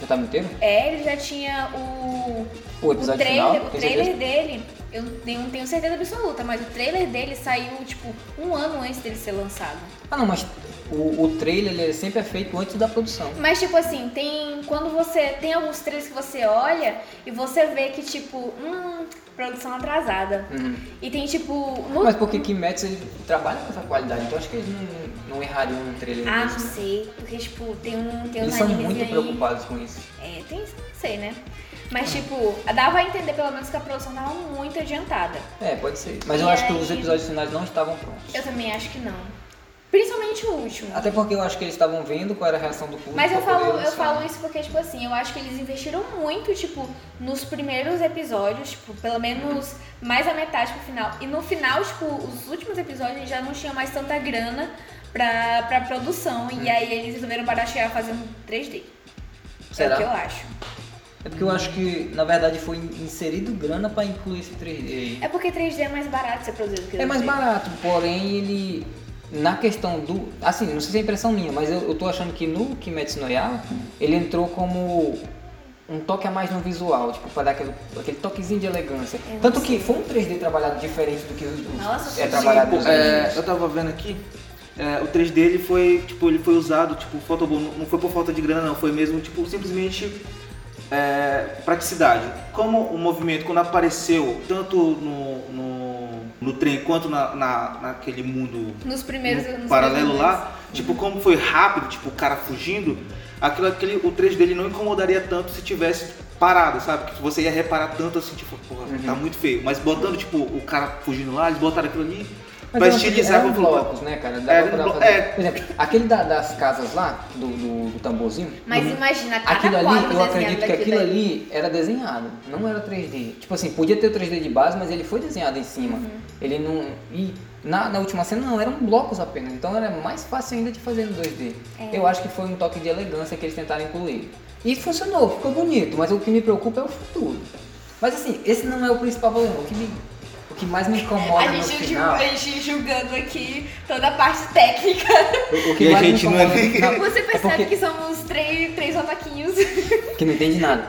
Speaker 3: Já tava inteiro?
Speaker 1: É, ele já tinha o.
Speaker 3: O episódio
Speaker 1: trailer,
Speaker 3: final,
Speaker 1: o
Speaker 3: tem
Speaker 1: trailer dele Eu não tenho certeza absoluta, mas o trailer dele saiu, tipo, um ano antes dele ser lançado.
Speaker 3: Ah não, mas o, o trailer ele sempre é feito antes da produção.
Speaker 1: Mas, tipo assim, tem. Quando você. Tem alguns trailers que você olha e você vê que, tipo, hum, produção atrasada. E tem, tipo. No...
Speaker 3: Mas porque Kimetsu ele trabalha com essa qualidade, então acho que eles não, não errariam no trailer
Speaker 1: Ah, não
Speaker 3: desse.
Speaker 1: sei. Porque, tipo, tem um. Tem
Speaker 3: Eles
Speaker 1: uns
Speaker 3: são
Speaker 1: animes
Speaker 3: muito
Speaker 1: aí.
Speaker 3: preocupados com isso.
Speaker 1: É, tem. Não sei, né? Mas, tipo, dava a entender pelo menos que a produção tava muito adiantada.
Speaker 3: É, pode ser. Mas eu
Speaker 1: E
Speaker 3: acho que
Speaker 1: aí-
Speaker 3: os episódios finais não estavam prontos.
Speaker 1: Eu também acho que não. Principalmente o último.
Speaker 3: Até porque eu acho que eles estavam vendo qual era a reação do público.
Speaker 1: Mas eu
Speaker 3: pra poder
Speaker 1: falo, eu
Speaker 3: lançar.
Speaker 1: falo isso porque, tipo assim, eu acho que eles investiram muito, tipo, nos primeiros episódios, tipo, pelo menos mais a metade pro final. E no final, tipo, os últimos episódios eles já não tinham mais tanta grana pra, pra produção. E aí eles resolveram baratear fazendo 3D. É
Speaker 3: Será?
Speaker 1: o que eu acho.
Speaker 3: É porque eu acho que, na verdade, foi inserido grana pra incluir esse 3D aí.
Speaker 1: É porque 3D é mais barato ser produzido que
Speaker 3: É mais
Speaker 1: 2D.
Speaker 3: barato, porém ele. Na questão do. Assim, não sei se é impressão minha, mas eu, eu tô achando que no Kimetsu no Yaiba, ele entrou como um toque a mais no visual, tipo, pra dar aquele, aquele toquezinho de elegância.
Speaker 1: Eu
Speaker 3: Tanto
Speaker 1: não
Speaker 3: que foi um 3D trabalhado diferente do que os, os-
Speaker 1: É, Nossa,
Speaker 3: é
Speaker 1: sim.
Speaker 3: trabalhado nos
Speaker 2: É,
Speaker 3: animes.
Speaker 2: eu tava vendo aqui, é, o 3D ele foi, tipo, ele foi usado, tipo, fotobom, não foi por falta de grana não, foi mesmo, tipo, simplesmente é, praticidade. Como o movimento, quando apareceu, tanto no, no, no trem quanto na, na, naquele mundo
Speaker 1: Nos primeiros.
Speaker 2: no
Speaker 1: nos
Speaker 2: paralelo
Speaker 1: primeiros
Speaker 2: lá, tipo, como foi rápido, tipo, o cara fugindo, aquilo, aquele, o 3 dele não incomodaria tanto se tivesse parado, sabe? Que você ia reparar tanto assim, tipo, porra, tá muito feio. Mas botando, tipo, o cara fugindo lá, eles botaram aquilo ali
Speaker 3: Mas é um
Speaker 2: pra
Speaker 3: eu acho que
Speaker 2: estilizar
Speaker 3: eram
Speaker 2: pro-
Speaker 3: blocos, né, cara? Dava
Speaker 2: É,
Speaker 3: pra
Speaker 2: blo-
Speaker 3: fazer-
Speaker 2: é.
Speaker 3: Por exemplo, aquele da- das casas lá, do, do, do tamborzinho.
Speaker 1: Mas
Speaker 3: do-
Speaker 1: imagina, cada
Speaker 3: Aquilo
Speaker 1: quadro
Speaker 3: ali, eu
Speaker 1: desenhado
Speaker 3: acredito que
Speaker 1: daquilo
Speaker 3: aquilo ali era desenhado, não era 3D. Tipo assim, podia ter o 3D de base, mas ele foi desenhado em cima.
Speaker 1: Uhum.
Speaker 3: Ele não. E na, na última cena não, eram blocos apenas. Então era mais fácil ainda de fazer no 2D.
Speaker 1: É.
Speaker 3: Eu acho que foi um toque de elegância que eles tentaram incluir. E funcionou, ficou bonito, mas o que me preocupa é o futuro. Mas assim, esse não é o principal problema. O que, me- o que mais me incomoda
Speaker 1: A
Speaker 3: no
Speaker 1: gente, ju-
Speaker 3: final.
Speaker 1: a gente julgando aqui toda a parte técnica.
Speaker 3: O que
Speaker 2: E a
Speaker 3: mais me
Speaker 2: gente não é-
Speaker 3: incomoda no final
Speaker 1: <laughs> Você
Speaker 3: é
Speaker 1: percebe
Speaker 3: porque-
Speaker 1: que somos três, três otaquinhos.
Speaker 3: que não entende nada.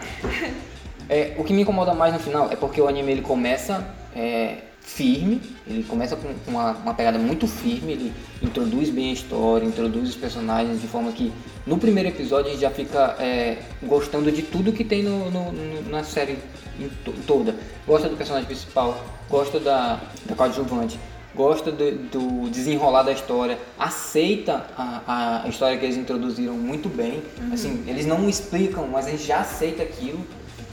Speaker 3: É, o que me incomoda mais no final é porque o anime ele começa é, firme, ele começa com com uma, uma pegada muito firme, ele introduz bem a história, introduz os personagens de forma que no primeiro episódio a gente já fica é, gostando de tudo que tem no- no- no- na série em to- toda. Gosta do personagem principal, gosta da, da coadjuvante, gosta do, do desenrolar da história, aceita a, a história que eles introduziram muito bem. Assim, eles não explicam, mas a gente já aceita aquilo.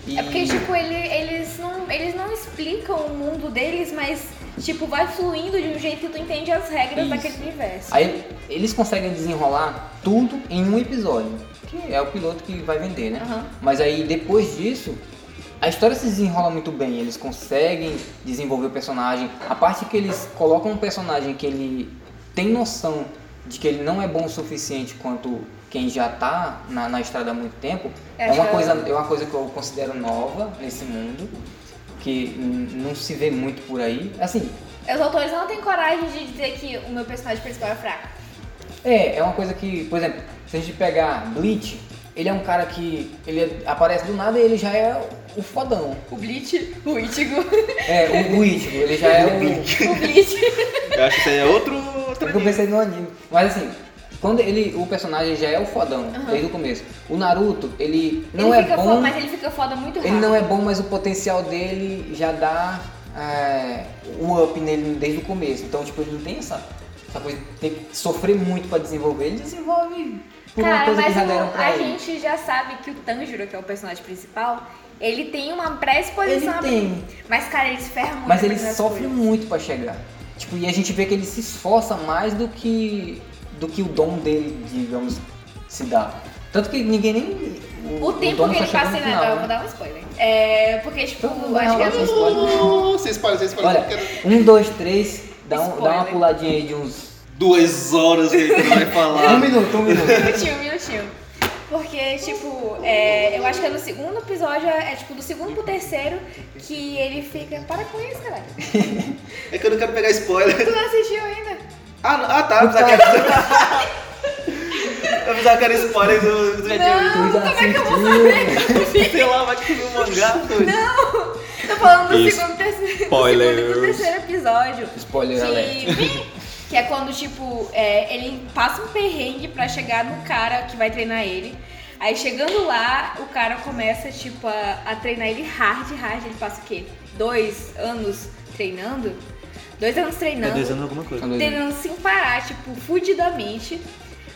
Speaker 3: E
Speaker 1: É porque, tipo, ele- eles, não, eles não explicam o mundo deles, mas, tipo, vai fluindo de um jeito que tu entende as regras
Speaker 3: Isso.
Speaker 1: daquele universo.
Speaker 3: aí eles conseguem desenrolar tudo em um episódio, que é o piloto que vai vender, né?
Speaker 1: Aham.
Speaker 3: Mas aí depois disso, a história se desenrola muito bem, eles conseguem desenvolver o personagem. A parte que eles colocam um personagem que ele tem noção de que ele não é bom o suficiente quanto quem já tá na, na estrada há muito tempo,
Speaker 1: É,
Speaker 3: é uma,
Speaker 1: acho que
Speaker 3: coisa,
Speaker 1: eu-
Speaker 3: é uma coisa que eu considero nova nesse mundo, que hum, não se vê muito por aí. Assim,
Speaker 1: Os autores não têm coragem de dizer que o meu personagem principal é fraco.
Speaker 3: É, é uma coisa que, por exemplo, se a gente pegar Bleach, ele é um cara que ele aparece do nada e ele já é o fodão.
Speaker 1: O Bleach, o Itigo,
Speaker 3: É, o, o Ichigo, ele já <laughs> é
Speaker 1: <laughs>
Speaker 3: o.
Speaker 1: o Bleach.
Speaker 2: Eu acho que isso aí é outro. outro
Speaker 3: Porque eu pensei no anime. Mas assim, quando ele. O personagem já é o fodão, desde o começo. O Naruto, ele não
Speaker 1: ele
Speaker 3: é
Speaker 1: fica
Speaker 3: bom.
Speaker 1: foda, mas ele fica foda muito rápido.
Speaker 3: Ele não é bom, mas o potencial dele já dá é, o up nele desde o começo. Então, tipo, ele não tem essa, essa coisa de ter que sofrer muito pra desenvolver. Ele desenvolve por uma
Speaker 1: Cara,
Speaker 3: coisa que
Speaker 1: mas
Speaker 3: já
Speaker 1: o-
Speaker 3: deram pra
Speaker 1: a
Speaker 3: ele.
Speaker 1: gente já sabe que o Tanjiro, que é o personagem principal, ele tem uma pré-exposição.
Speaker 3: Ele
Speaker 1: a-
Speaker 3: tem.
Speaker 1: Mas, cara, ele se ferra muito.
Speaker 3: Mas ele
Speaker 1: com essas
Speaker 3: sofre
Speaker 1: coisas.
Speaker 3: muito pra chegar. Tipo, e a gente vê que ele se esforça mais do que do que o dom dele, digamos, se dá. Tanto que ninguém nem
Speaker 1: O tempo
Speaker 3: dom
Speaker 1: que
Speaker 3: só
Speaker 1: ele
Speaker 3: chega no
Speaker 1: passa em
Speaker 3: final,
Speaker 1: Natal, eu
Speaker 3: né?
Speaker 1: vou dar um spoiler. É, porque, tipo,
Speaker 3: Então, não,
Speaker 1: acho que é
Speaker 3: não, não, não, não.
Speaker 4: Vocês param, vocês param.
Speaker 3: Olha, um, dois, três, dá, um- dá uma
Speaker 1: Spoiler.
Speaker 3: puladinha aí de uns
Speaker 2: Duas horas aí que não vai
Speaker 3: um
Speaker 2: falar.
Speaker 3: minuto, um minuto.
Speaker 1: minutinho, minutinho. Porque, tipo, é, eu acho que é no segundo episódio, é tipo, do segundo pro terceiro, que ele fica. Para com isso, cara.
Speaker 2: É que eu não quero pegar spoiler.
Speaker 1: Tu não assistiu ainda?
Speaker 2: Ah, não- ah tá, eu pensava que era. <laughs> Eu pensava que era spoiler do do-
Speaker 1: Não,
Speaker 3: Tu já
Speaker 1: como é que eu vou
Speaker 3: assistiu?
Speaker 1: saber?
Speaker 2: um <laughs> Sei lá, vai que tu viu o mangá. doido.
Speaker 1: Tô falando do
Speaker 4: Isso.
Speaker 1: segundo, terceiro, do
Speaker 4: Spoilers.
Speaker 1: segundo pro terceiro episódio.
Speaker 3: Spoiler alert.
Speaker 1: Que, que é quando, tipo, é, ele passa um perrengue pra chegar no cara que vai treinar ele. Aí chegando lá, o cara começa, tipo, a, a treinar ele hard, hard. Ele passa o quê? Dois anos treinando? Dois anos
Speaker 5: É
Speaker 1: treinando
Speaker 5: dois anos alguma coisa.
Speaker 3: São dois anos.
Speaker 1: tentando sem parar, tipo, fudidamente.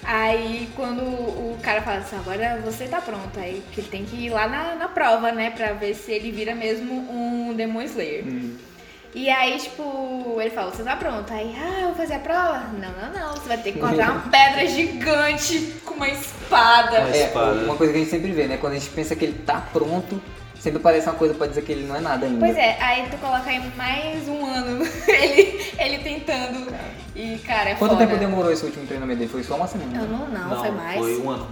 Speaker 1: Aí quando o cara fala assim, agora você tá pronto, aí que ele tem que ir lá na, na prova, né? Pra ver se ele vira mesmo um Demon Slayer.
Speaker 3: Hum.
Speaker 1: E aí, tipo, ele fala, você tá pronto? Aí, ah, eu vou fazer a prova? Não, não, não, você vai ter que cortar uma pedra gigante com uma espada.
Speaker 5: Mas-
Speaker 3: É,
Speaker 5: Espada.
Speaker 3: uma coisa que a gente sempre vê, né? Quando a gente pensa que ele tá pronto, sempre parece uma coisa pra dizer que ele não é nada ainda.
Speaker 1: Pois é, aí tu coloca aí mais um ano <laughs> ele, ele tentando. E, cara, é
Speaker 3: Quanto
Speaker 1: foda.
Speaker 3: tempo demorou esse último treinamento dele? Foi só uma semana?
Speaker 1: Não,
Speaker 3: né?
Speaker 1: não, não, foi mais.
Speaker 2: um ano.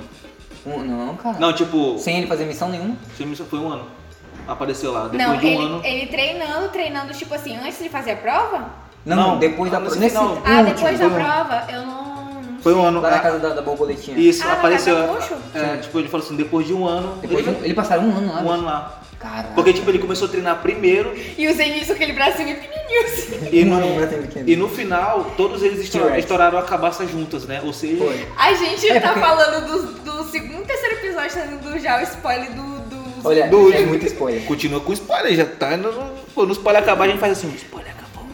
Speaker 3: Um- não, cara.
Speaker 2: Não, tipo,
Speaker 3: Sem ele fazer missão nenhuma?
Speaker 2: filme só foi um ano. Apareceu lá, depois
Speaker 1: Não,
Speaker 2: de um
Speaker 1: ele, é
Speaker 2: ano.
Speaker 1: ele treinando, treinando, tipo assim, antes de fazer a prova?
Speaker 3: Não,
Speaker 2: Não,
Speaker 3: não, depois da
Speaker 2: nesse
Speaker 3: prova. Nesse...
Speaker 2: final.
Speaker 3: último,
Speaker 1: ah, depois da
Speaker 3: foi um-
Speaker 1: prova, eu não. não
Speaker 2: Foi
Speaker 1: sei.
Speaker 2: um ano.
Speaker 3: Lá na
Speaker 2: é,
Speaker 3: casa da, né? da borboletinha.
Speaker 2: Isso,
Speaker 1: Ah, na
Speaker 2: apareceu.
Speaker 1: Casa Roxo?
Speaker 2: é, tipo, ele falou assim, depois de um ano.
Speaker 3: Depois de
Speaker 2: ele,
Speaker 3: um... Ele passaram um ano tá. lá.
Speaker 2: um ano lá.
Speaker 3: Caraca.
Speaker 2: Porque, tipo, ele começou a treinar primeiro
Speaker 1: E usei nisso aquele bracinho pequenininho assim.
Speaker 2: e
Speaker 3: Um
Speaker 2: no,
Speaker 3: ano, né, tem pequeno.
Speaker 2: e no final, todos eles estouraram,
Speaker 3: T-Rex.
Speaker 2: estouraram a cabaça juntas, né? Ou seja,
Speaker 3: Foi.
Speaker 1: A gente
Speaker 3: É
Speaker 1: tá
Speaker 3: porque-
Speaker 1: falando do, do segundo, terceiro episódio, tá dando já o spoiler do. do...
Speaker 3: Olha,
Speaker 2: Do
Speaker 3: é
Speaker 2: último.
Speaker 3: muito spoiler.
Speaker 2: continua com spoiler, já tá. No, pô, no spoiler acabar, a gente faz assim, spoiler acabou.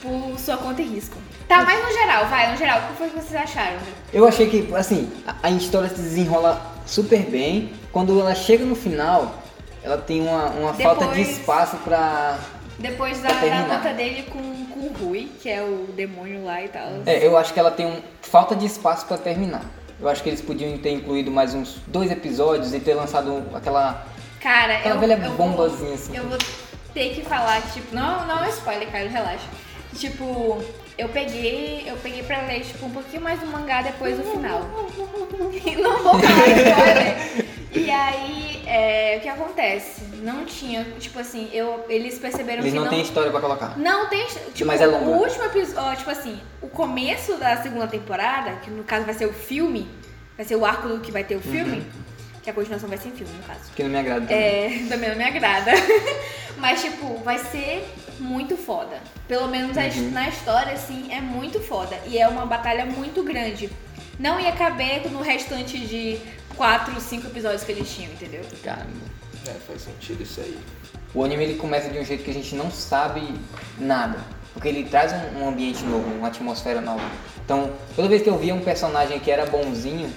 Speaker 1: Por sua conta e risco. Tá, mas no geral, vai, no geral, o que foi que vocês acharam? né?
Speaker 3: Eu achei que, assim, a, a história se desenrola super bem. Quando ela chega no final, ela tem uma, uma
Speaker 1: Depois-
Speaker 3: falta de espaço pra.
Speaker 1: Depois da,
Speaker 3: Pra
Speaker 1: da
Speaker 3: terminar.
Speaker 1: luta dele com, com o Rui, que é o demônio lá e tal.
Speaker 3: É, eu acho que ela tem um... falta de espaço pra terminar. Eu acho que eles podiam ter incluído mais uns dois episódios e ter lançado aquela.
Speaker 1: Cara,
Speaker 3: Aquela
Speaker 1: eu,
Speaker 3: velha
Speaker 1: eu
Speaker 3: bombazinha,
Speaker 1: vou,
Speaker 3: assim.
Speaker 1: Eu vou ter que falar, tipo, não, não é um spoiler, cara, relaxa. Tipo, eu peguei, eu peguei pra ler, tipo, um pouquinho mais do mangá depois do final. não vou falar spoiler. E aí, é, o que acontece? Não tinha, tipo assim, eu, eles perceberam
Speaker 3: Eles
Speaker 1: que
Speaker 3: não têm história pra colocar.
Speaker 1: não tem. Tipo,
Speaker 3: Mas é longa.
Speaker 1: o último episódio, tipo assim, o começo da segunda temporada, que no caso vai ser o filme, vai ser o arco do que vai ter o filme,
Speaker 3: Uhum.
Speaker 1: que a continuação vai ser filme, no caso.
Speaker 3: Que não me agrada. também.
Speaker 1: É, <laughs> também não me agrada. Mas, tipo, vai ser muito foda. Pelo menos a-
Speaker 3: Uhum.
Speaker 1: na história, assim, é muito foda. E é uma batalha muito grande. Não ia caber no restante de quatro, cinco episódios que eles tinham, entendeu?
Speaker 3: Caramba.
Speaker 2: É, faz sentido isso aí.
Speaker 3: O anime ele começa de um jeito que a gente não sabe nada, porque ele traz um, um ambiente novo, uma atmosfera nova. Então, toda vez que eu via um personagem que era bonzinho,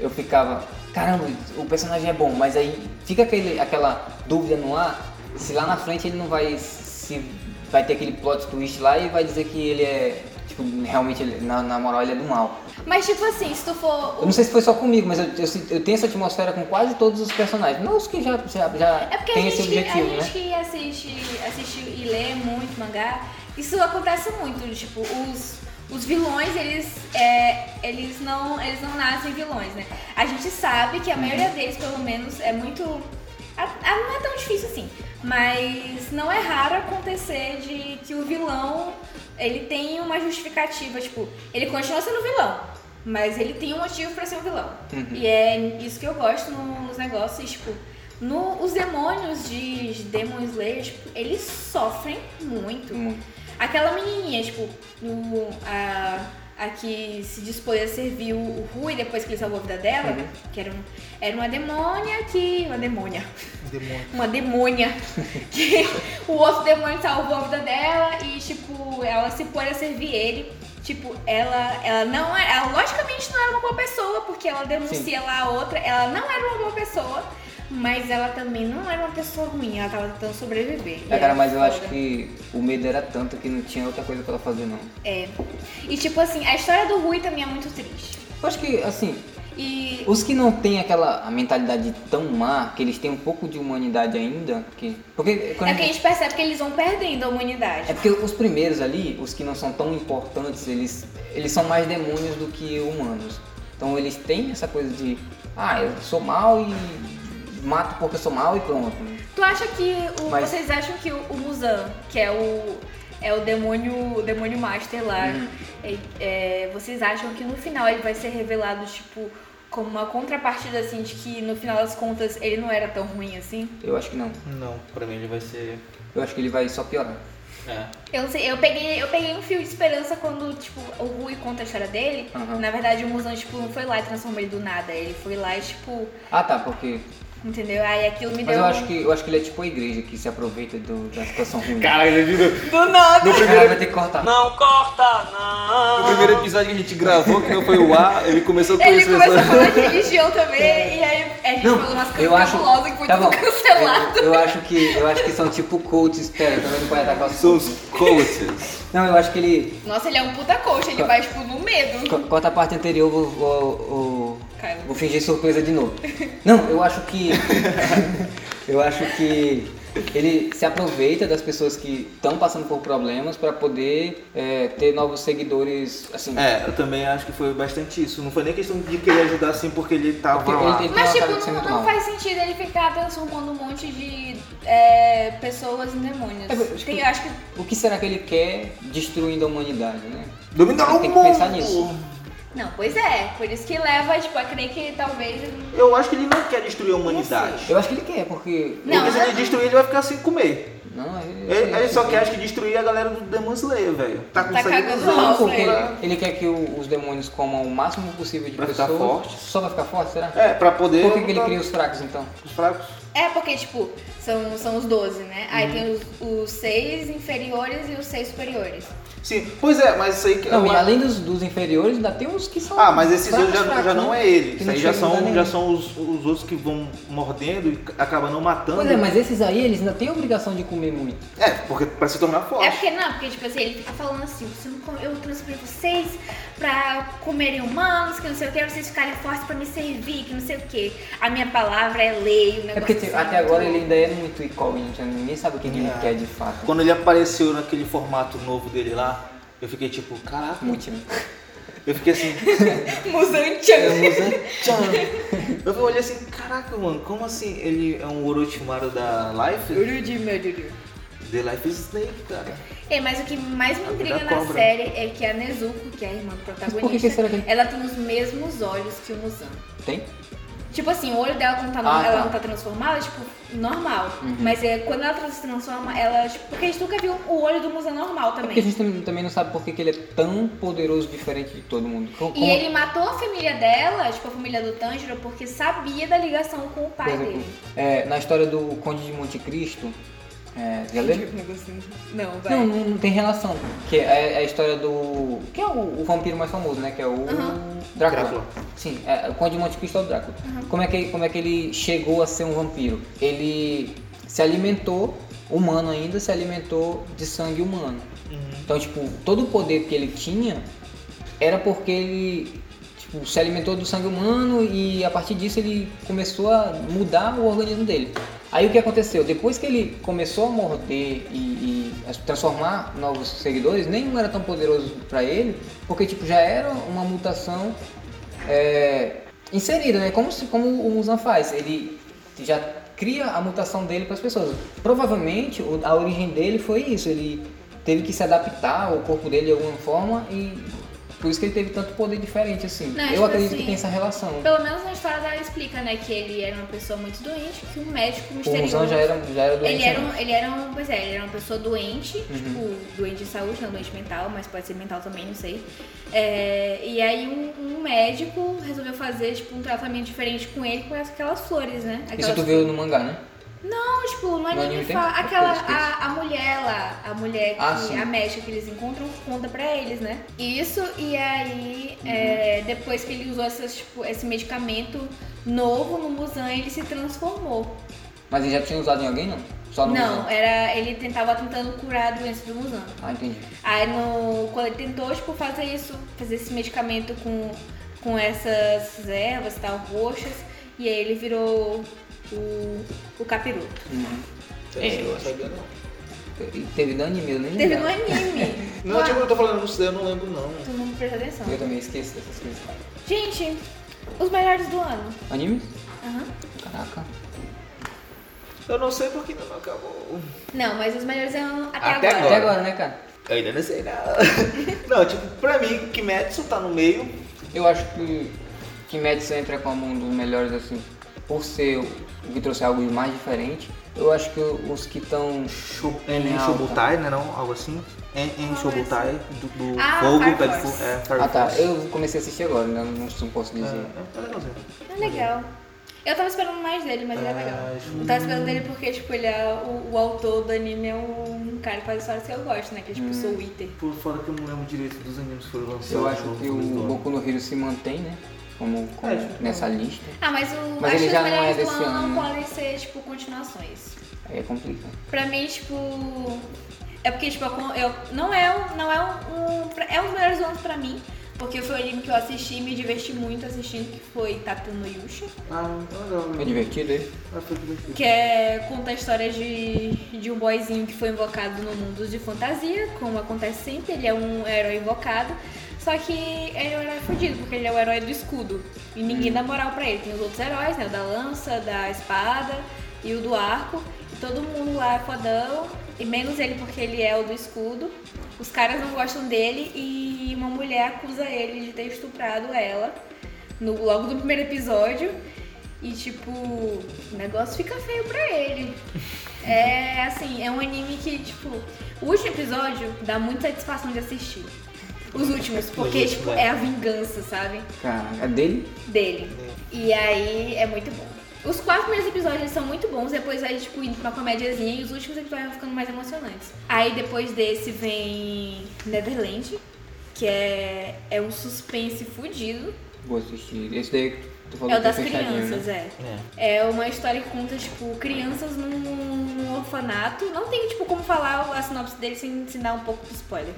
Speaker 3: eu ficava, caramba, o personagem é bom, mas aí fica aquele, aquela dúvida no ar, se lá na frente ele não vai se vai ter aquele plot twist lá e vai dizer que ele é tipo realmente ele- na, na moral ele é do mal.
Speaker 1: Mas, tipo assim, se tu for.
Speaker 3: Eu não sei se foi só comigo, mas eu, eu, se- eu tenho essa atmosfera com quase todos os personagens, não os que já já, já
Speaker 1: É porque a
Speaker 3: tem
Speaker 1: gente,
Speaker 3: esse
Speaker 1: que-
Speaker 3: objetivo,
Speaker 1: a
Speaker 3: né?
Speaker 1: gente que assiste, assiste e lê muito mangá, isso acontece muito. Tipo, os, os vilões, eles, é, eles, não, eles não nascem vilões, né? A gente sabe
Speaker 3: Uhum.
Speaker 1: que a maioria deles, pelo menos, é muito. a- a- não é tão difícil assim. Mas não é raro acontecer de que o vilão ele tem uma justificativa. Tipo, ele continua sendo vilão. Mas ele tem um motivo pra ser um vilão. E é isso que eu gosto no- nos negócios, tipo, no, os demônios de, de Demon Slayer, tipo, eles sofrem muito.
Speaker 3: Muito.
Speaker 1: Aquela menininha, tipo, no, a, a que se dispôs a servir o, o Rui depois que ele salvou a vida dela, que era, um, era uma demônia que... uma demônia. Uma
Speaker 3: <laughs>
Speaker 1: demônia. que o outro demônio salvou a vida dela e, tipo, ela se pôs a servir ele. Tipo, ela, ela não é. Ela logicamente não era uma boa pessoa, porque ela denuncia lá a outra. Ela não era uma boa pessoa, mas ela também não era uma pessoa ruim. Ela tava tentando sobreviver. E
Speaker 3: É, cara,
Speaker 1: era
Speaker 3: mas eu
Speaker 1: foda.
Speaker 3: acho que o medo era tanto que não tinha outra coisa pra ela fazer, não.
Speaker 1: É. E, tipo assim, a história do Rui também é muito triste.
Speaker 3: Eu acho que, assim,
Speaker 1: E.
Speaker 3: os que não têm aquela a mentalidade tão má, que eles têm um pouco de humanidade ainda, que... Porque, quando
Speaker 1: É que a gente percebe que eles vão perdendo a humanidade.
Speaker 3: é porque os primeiros ali, os que não são tão importantes, eles, eles são mais demônios do que humanos. Então eles têm essa coisa de, ah, eu sou mal e mato porque eu sou mal e pronto.
Speaker 1: Tu acha que o-
Speaker 3: Mas-
Speaker 1: vocês acham que o, o Muzan, que é o é o demônio, o demônio
Speaker 3: Uhum.
Speaker 1: master lá, é- é, vocês acham que no final ele vai ser revelado tipo como uma contrapartida, assim, de que no final das contas ele não era tão ruim assim?
Speaker 3: Eu acho que não.
Speaker 2: Não, pra mim ele vai ser.
Speaker 3: Eu acho que ele vai só piorar.
Speaker 2: É.
Speaker 1: Eu não sei, eu peguei, eu peguei um fio de esperança quando, tipo, o Rui conta a história dele.
Speaker 3: Aham.
Speaker 1: Na verdade, o Muzan, tipo, não foi lá e transformou ele do nada. Ele foi lá e, tipo,
Speaker 3: Ah tá, porque.
Speaker 1: entendeu? Aí aquilo me
Speaker 3: Mas
Speaker 1: deu
Speaker 3: eu
Speaker 1: um-
Speaker 3: acho que eu acho que ele é tipo a igreja que se aproveita do- da situação ruim.
Speaker 2: Caralho, ele viu?
Speaker 1: do nada.
Speaker 3: no primeiro vai ter que cortar.
Speaker 2: O primeiro episódio que a gente gravou, que não foi o ar, ele começou com
Speaker 1: Ele
Speaker 2: isso.
Speaker 1: começou a
Speaker 2: pessoal.
Speaker 1: falar de religião também, e aí a gente falou umas coisas cabulosas que foi
Speaker 3: tá
Speaker 1: tudo
Speaker 3: bom.
Speaker 1: cancelado.
Speaker 3: Eu, eu acho que eu acho que são tipo coach espera, também não vai atacar os
Speaker 2: São os coaches.
Speaker 3: Não, eu acho que ele
Speaker 1: Nossa, ele é um puta coxa, ele vai, tipo, no medo.
Speaker 3: co- corta a parte anterior, vou vou, vou,
Speaker 1: Caiu.
Speaker 3: vou fingir surpresa de novo. Não, eu acho que <laughs> eu acho que ele se aproveita das pessoas que estão passando por problemas para poder é, ter novos seguidores, assim.
Speaker 2: É, eu também acho que foi bastante isso. Não foi nem questão de querer ajudar assim porque ele tava
Speaker 3: Porque ele-
Speaker 2: lá.
Speaker 3: ele-
Speaker 1: Mas,
Speaker 3: Não,
Speaker 1: tipo,
Speaker 3: cara, isso é
Speaker 1: não,
Speaker 3: muito
Speaker 1: não
Speaker 3: mal.
Speaker 1: faz sentido ele ficar transformando um monte de é, pessoas em demônios.
Speaker 3: É, mas, tipo,
Speaker 1: Tem, acho que
Speaker 3: O que será que ele quer destruindo a humanidade, né?
Speaker 2: Dominar
Speaker 3: Ele
Speaker 2: o
Speaker 3: tem que
Speaker 2: mundo!
Speaker 3: pensar nisso.
Speaker 1: Não, pois é. Por isso que leva, tipo, a crer que talvez. ele-
Speaker 2: Eu acho que ele não quer destruir a humanidade.
Speaker 3: Eu acho que ele quer, porque.
Speaker 1: Não,
Speaker 2: porque se
Speaker 1: eu-
Speaker 2: ele destruir, ele vai ficar sem comer.
Speaker 3: Não, ele,
Speaker 2: Ele, ele só quer, acho que, destruir a galera do Demon Slayer, velho. Tá com
Speaker 1: Tá
Speaker 2: sangue
Speaker 1: cagando
Speaker 2: nos
Speaker 1: pau
Speaker 2: olhos,
Speaker 1: pra
Speaker 3: Porque ele,
Speaker 2: pra-
Speaker 3: ele quer que o- os demônios comam o máximo possível de
Speaker 2: Pra ficar
Speaker 3: pessoas.
Speaker 2: forte.
Speaker 3: Só pra ficar forte, será?
Speaker 2: É, pra poder.
Speaker 3: Por que, que ele
Speaker 2: botar
Speaker 3: cria os fracos então?
Speaker 2: os fracos?
Speaker 1: É, porque, tipo, são, são os 12, né?
Speaker 3: Uhum.
Speaker 1: Aí tem os, os seis inferiores e os seis superiores.
Speaker 2: Sim, pois é, mas isso aí que.
Speaker 3: Não, e além dos, dos inferiores, ainda tem uns que são.
Speaker 2: Ah, mas esses
Speaker 3: fracos,
Speaker 2: já,
Speaker 3: fracos,
Speaker 2: já
Speaker 3: né?
Speaker 2: não é ele.
Speaker 3: Que
Speaker 2: Isso
Speaker 3: não
Speaker 2: aí já
Speaker 3: chega em lugar
Speaker 2: são,
Speaker 3: nenhum.
Speaker 2: já são os, os outros que vão mordendo e acabam não matando.
Speaker 3: Pois é, mas esses aí, eles ainda têm a obrigação de comer muito.
Speaker 2: É, porque pra se tornar
Speaker 1: É
Speaker 2: forte.
Speaker 1: porque não, porque tipo assim, ele fica falando assim, você não come- eu transformei vocês pra comerem humanos, que não sei o que, vocês ficarem fortes pra me servir, que não sei o que. A minha palavra é lei, o negócio
Speaker 3: É porque tipo,
Speaker 1: assim,
Speaker 3: até agora
Speaker 1: tudo.
Speaker 3: ele ainda é muito incógnito, ninguém sabe o que, que
Speaker 2: É.
Speaker 3: ele quer de fato.
Speaker 2: Quando ele apareceu naquele formato novo dele lá, eu fiquei tipo, caraca.
Speaker 3: Motivo.
Speaker 2: Eu fiquei
Speaker 3: <laughs>
Speaker 2: assim.
Speaker 1: Muzan
Speaker 3: É,
Speaker 1: Chan.
Speaker 2: Tchan. <laughs> Eu olhei assim, caraca, mano, como assim? Ele é um Orochimaru da Life?
Speaker 1: Urudi, meu Dudu.
Speaker 2: The Life is Snake, cara.
Speaker 1: É, mas o que mais me
Speaker 2: A
Speaker 1: intriga
Speaker 2: vida
Speaker 1: na
Speaker 2: cobra.
Speaker 1: série é que a Nezuko, que é a irmã do protagonista,
Speaker 3: por que que será que ele-
Speaker 1: ela tem os mesmos olhos que o Muzan.
Speaker 3: Tem?
Speaker 1: Tipo assim, o olho dela quando tá, no-
Speaker 3: Ah, tá. Uhum.
Speaker 1: ela não tá transformada, tipo, normal. Mas é, quando ela trans- se transforma, ela, tipo, porque a gente nunca viu o olho do Muzan normal
Speaker 3: É porque a
Speaker 1: também.
Speaker 3: gente tam- também não sabe por que, que ele é tão poderoso diferente de todo mundo. Co-
Speaker 1: E
Speaker 3: como-
Speaker 1: ele matou a família dela, tipo, a família do Tanjiro, porque sabia da ligação com o
Speaker 3: Por
Speaker 1: pai
Speaker 3: exemplo,
Speaker 1: dele.
Speaker 3: é, na história do Conde de Monte Cristo, é, já leu?
Speaker 1: Não, vai.
Speaker 3: Não, não, não tem relação. Que é a história do. Que é o, o vampiro mais famoso, né? Que é o.
Speaker 1: Uhum.
Speaker 3: Drácula.
Speaker 2: Drácula.
Speaker 3: Sim, é, o Conde de Monte Cristo é o Drácula. Como, é que, como é que ele chegou a ser um vampiro? Ele se alimentou, humano ainda, se alimentou de sangue humano. Então, tipo, todo o poder que ele tinha era porque ele tipo, se alimentou do sangue humano e a partir disso ele começou a mudar o organismo dele. Aí o que aconteceu? Depois que ele começou a morder e, e a transformar novos seguidores, nenhum era tão poderoso pra ele, porque tipo, já era uma mutação é, inserida, né? Como, se- como o Muzan faz, ele já cria a mutação dele para as pessoas. Provavelmente o- a origem dele foi isso, ele teve que se adaptar ao corpo dele de alguma forma e por isso que ele teve tanto poder diferente assim.
Speaker 1: Não,
Speaker 3: Eu
Speaker 1: tipo
Speaker 3: acredito
Speaker 1: assim,
Speaker 3: que tem essa relação.
Speaker 1: Pelo menos na história dela explica, né, que ele era uma pessoa muito doente, que um médico
Speaker 3: O
Speaker 1: misterioso...
Speaker 3: Muzan já era, já era doente.
Speaker 1: Ele era,
Speaker 3: né? Uhum.
Speaker 1: um, ele era um, pois é, ele era uma pessoa doente, tipo, doente de saúde, não doente mental, mas pode ser mental também, não sei. É, e aí um, um médico resolveu fazer, tipo, um tratamento diferente com ele com aquelas flores, né? Aquelas...
Speaker 3: Isso tu viu no mangá, né?
Speaker 1: Não, tipo, no anime,
Speaker 3: anime tem?
Speaker 1: fala, aquela,
Speaker 3: Eu esqueci.
Speaker 1: a, a mulher lá, a mulher que,
Speaker 3: Ah, sim.
Speaker 1: a médica que eles encontram conta pra eles, né? Isso, e aí,
Speaker 3: Uhum.
Speaker 1: é, depois que ele usou essas, tipo, esse medicamento novo no Muzan, ele se transformou.
Speaker 3: Mas ele já tinha usado em alguém não? Só no
Speaker 1: Não,
Speaker 3: Muzan.
Speaker 1: era ele tentava tentando curar a doença do Muzan.
Speaker 3: Ah, entendi.
Speaker 1: Aí no, quando ele tentou tipo, fazer isso, fazer esse medicamento com, com essas ervas e tal, roxas, e aí ele virou o, o capiroto.
Speaker 3: Uhum.
Speaker 2: É, eu acho que não.
Speaker 3: E Teve no anime, eu nem
Speaker 1: Teve no
Speaker 3: lembrava. <laughs>
Speaker 1: anime.
Speaker 2: Não,
Speaker 1: Ah,
Speaker 2: tipo, eu tô falando, não sei, eu não lembro não.
Speaker 1: Tu não presta atenção.
Speaker 3: Eu também esqueço dessas coisas.
Speaker 1: Gente, os melhores do ano.
Speaker 3: Anime?
Speaker 1: Aham.
Speaker 3: Caraca.
Speaker 2: Eu não sei porque não acabou.
Speaker 1: Não, mas os melhores eram até,
Speaker 2: Até
Speaker 3: Até
Speaker 1: agora.
Speaker 3: agora, né, cara?
Speaker 2: Eu ainda não né? <laughs> sei nada. não, tipo, pra mim, Kimetsu tá no meio.
Speaker 3: Eu acho que Kimetsu entra como um dos melhores, assim, por ser o que trouxe algo de mais diferente. Eu acho que os que estão. É,
Speaker 2: Em Shobutai, né? Não? Algo assim. Em, em
Speaker 1: Ah,
Speaker 2: Shobutai, do, do
Speaker 1: Ah,
Speaker 2: fogo,
Speaker 1: Fire
Speaker 2: pé de
Speaker 1: Force.
Speaker 2: fogo. É, Fire
Speaker 3: Ah tá,
Speaker 2: Force.
Speaker 3: eu comecei a assistir agora, né? não, não posso
Speaker 2: É,
Speaker 3: dizer.
Speaker 2: é, é legalzinho.
Speaker 1: É legal. Eu tava esperando mais dele, mas ele é
Speaker 2: Ah,
Speaker 1: legal.
Speaker 2: acho-
Speaker 1: Eu tava esperando dele porque, tipo, ele é o, o autor do anime é um cara que faz histórias que eu gosto, né? Que é tipo, sou o Iter.
Speaker 2: Por fora que eu não lembro direito dos animes que foram lançados.
Speaker 3: É, Eu acho
Speaker 2: no
Speaker 3: que o
Speaker 2: começo do ano.
Speaker 3: Boku no Hero se mantém, né? Como, como
Speaker 2: É, tipo,
Speaker 3: nessa lista.
Speaker 1: Ah, mas o. acho
Speaker 3: Mas ele
Speaker 1: que
Speaker 3: já
Speaker 1: os
Speaker 3: não é
Speaker 1: melhores
Speaker 3: desse
Speaker 1: do ano
Speaker 3: ano, né?
Speaker 1: podem ser, tipo, continuações.
Speaker 3: Aí é complicado.
Speaker 1: Pra mim, tipo. É porque, tipo, eu, con- eu- não é um. Não é um, um- pra- É um dos melhores do ano pra mim. Porque foi o anime que eu assisti e me diverti muito assistindo, que foi Tatu no Yusha.
Speaker 2: Ah, tá legal.
Speaker 3: Foi
Speaker 2: né?
Speaker 3: É divertido ele?
Speaker 2: Ah, foi divertido.
Speaker 1: Que é, conta a história de, de um boyzinho que foi invocado no mundo de fantasia, como acontece sempre, ele é um herói invocado. Só que ele é um herói fudido, porque ele é o herói do escudo. E ninguém dá moral pra ele. Tem os outros heróis, né? O da lança, da espada e o do arco. E todo mundo lá é fodão. E menos ele porque ele é o do escudo. Os caras não gostam dele e uma mulher acusa ele de ter estuprado ela no- logo no primeiro episódio. E tipo, o negócio fica feio pra ele. É assim, é um anime que, tipo, o último episódio dá muita satisfação de assistir. Os últimos, porque
Speaker 2: últimos,
Speaker 1: tipo,
Speaker 3: né?
Speaker 2: é.
Speaker 1: é a vingança, sabe?
Speaker 3: Cara, é dele?
Speaker 1: Dele. E aí é muito bom. Os quatro primeiros episódios eles são muito bons, depois vai tipo indo pra uma comédiazinha e os últimos episódios vão ficando mais emocionantes. Aí depois desse vem Neverland, que é, é um suspense fudido.
Speaker 3: Vou assistir. Esse daí que tu
Speaker 1: É
Speaker 3: falou
Speaker 1: o
Speaker 3: que
Speaker 1: das
Speaker 3: fechadinho, né?
Speaker 1: crianças, é. É uma história que conta, tipo, crianças num, num orfanato. Não tem, tipo, como falar a sinopse dele sem ensinar um pouco de spoiler.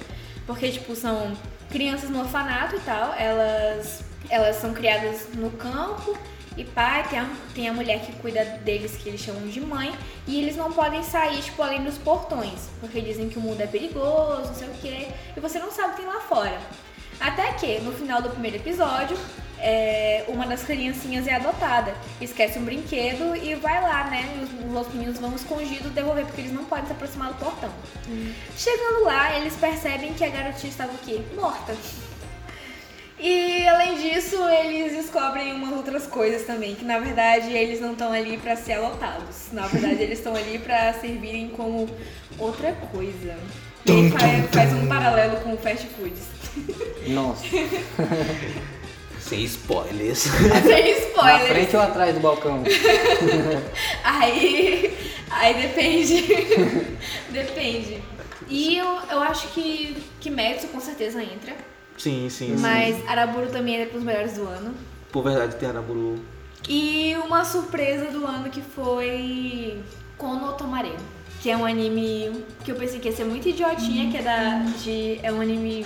Speaker 1: Porque, tipo, são crianças no orfanato e tal. Elas, elas são criadas no campo. E pai, tem a, tem a mulher que cuida deles, que eles chamam de mãe. E eles não podem sair, tipo, além dos portões. Porque dizem que o mundo é perigoso, não sei o quê. E você não sabe o que tem lá fora. Até que, no final do primeiro episódio, é, uma das criancinhas é adotada, esquece um brinquedo e vai lá, né? E os, os outros meninos vão escondidos devolver, porque eles não podem se aproximar do portão. Chegando lá, eles percebem que a garotinha estava o quê? Morta. E além disso, eles descobrem umas outras coisas também, que na verdade eles não estão ali pra ser adotados. Na verdade, eles estão ali pra servirem como outra coisa. E aí faz, faz um paralelo com o fast foods. <laughs>
Speaker 3: Nossa.
Speaker 2: Sem <laughs> spoilers.
Speaker 1: <laughs> Sem
Speaker 3: Na
Speaker 1: spoiler.
Speaker 3: frente ou atrás do balcão?
Speaker 1: Aí. Aí depende. <laughs> depende. E eu, eu acho que Kimetsu com certeza entra.
Speaker 2: Sim, sim, sim.
Speaker 1: Mas Araburu também entra pros melhores do ano.
Speaker 2: Por verdade, tem Araburu.
Speaker 1: E uma surpresa do ano que foi Kono Otomare. Que é um anime que eu pensei que ia ser muito idiotinha, que é da. De, é um anime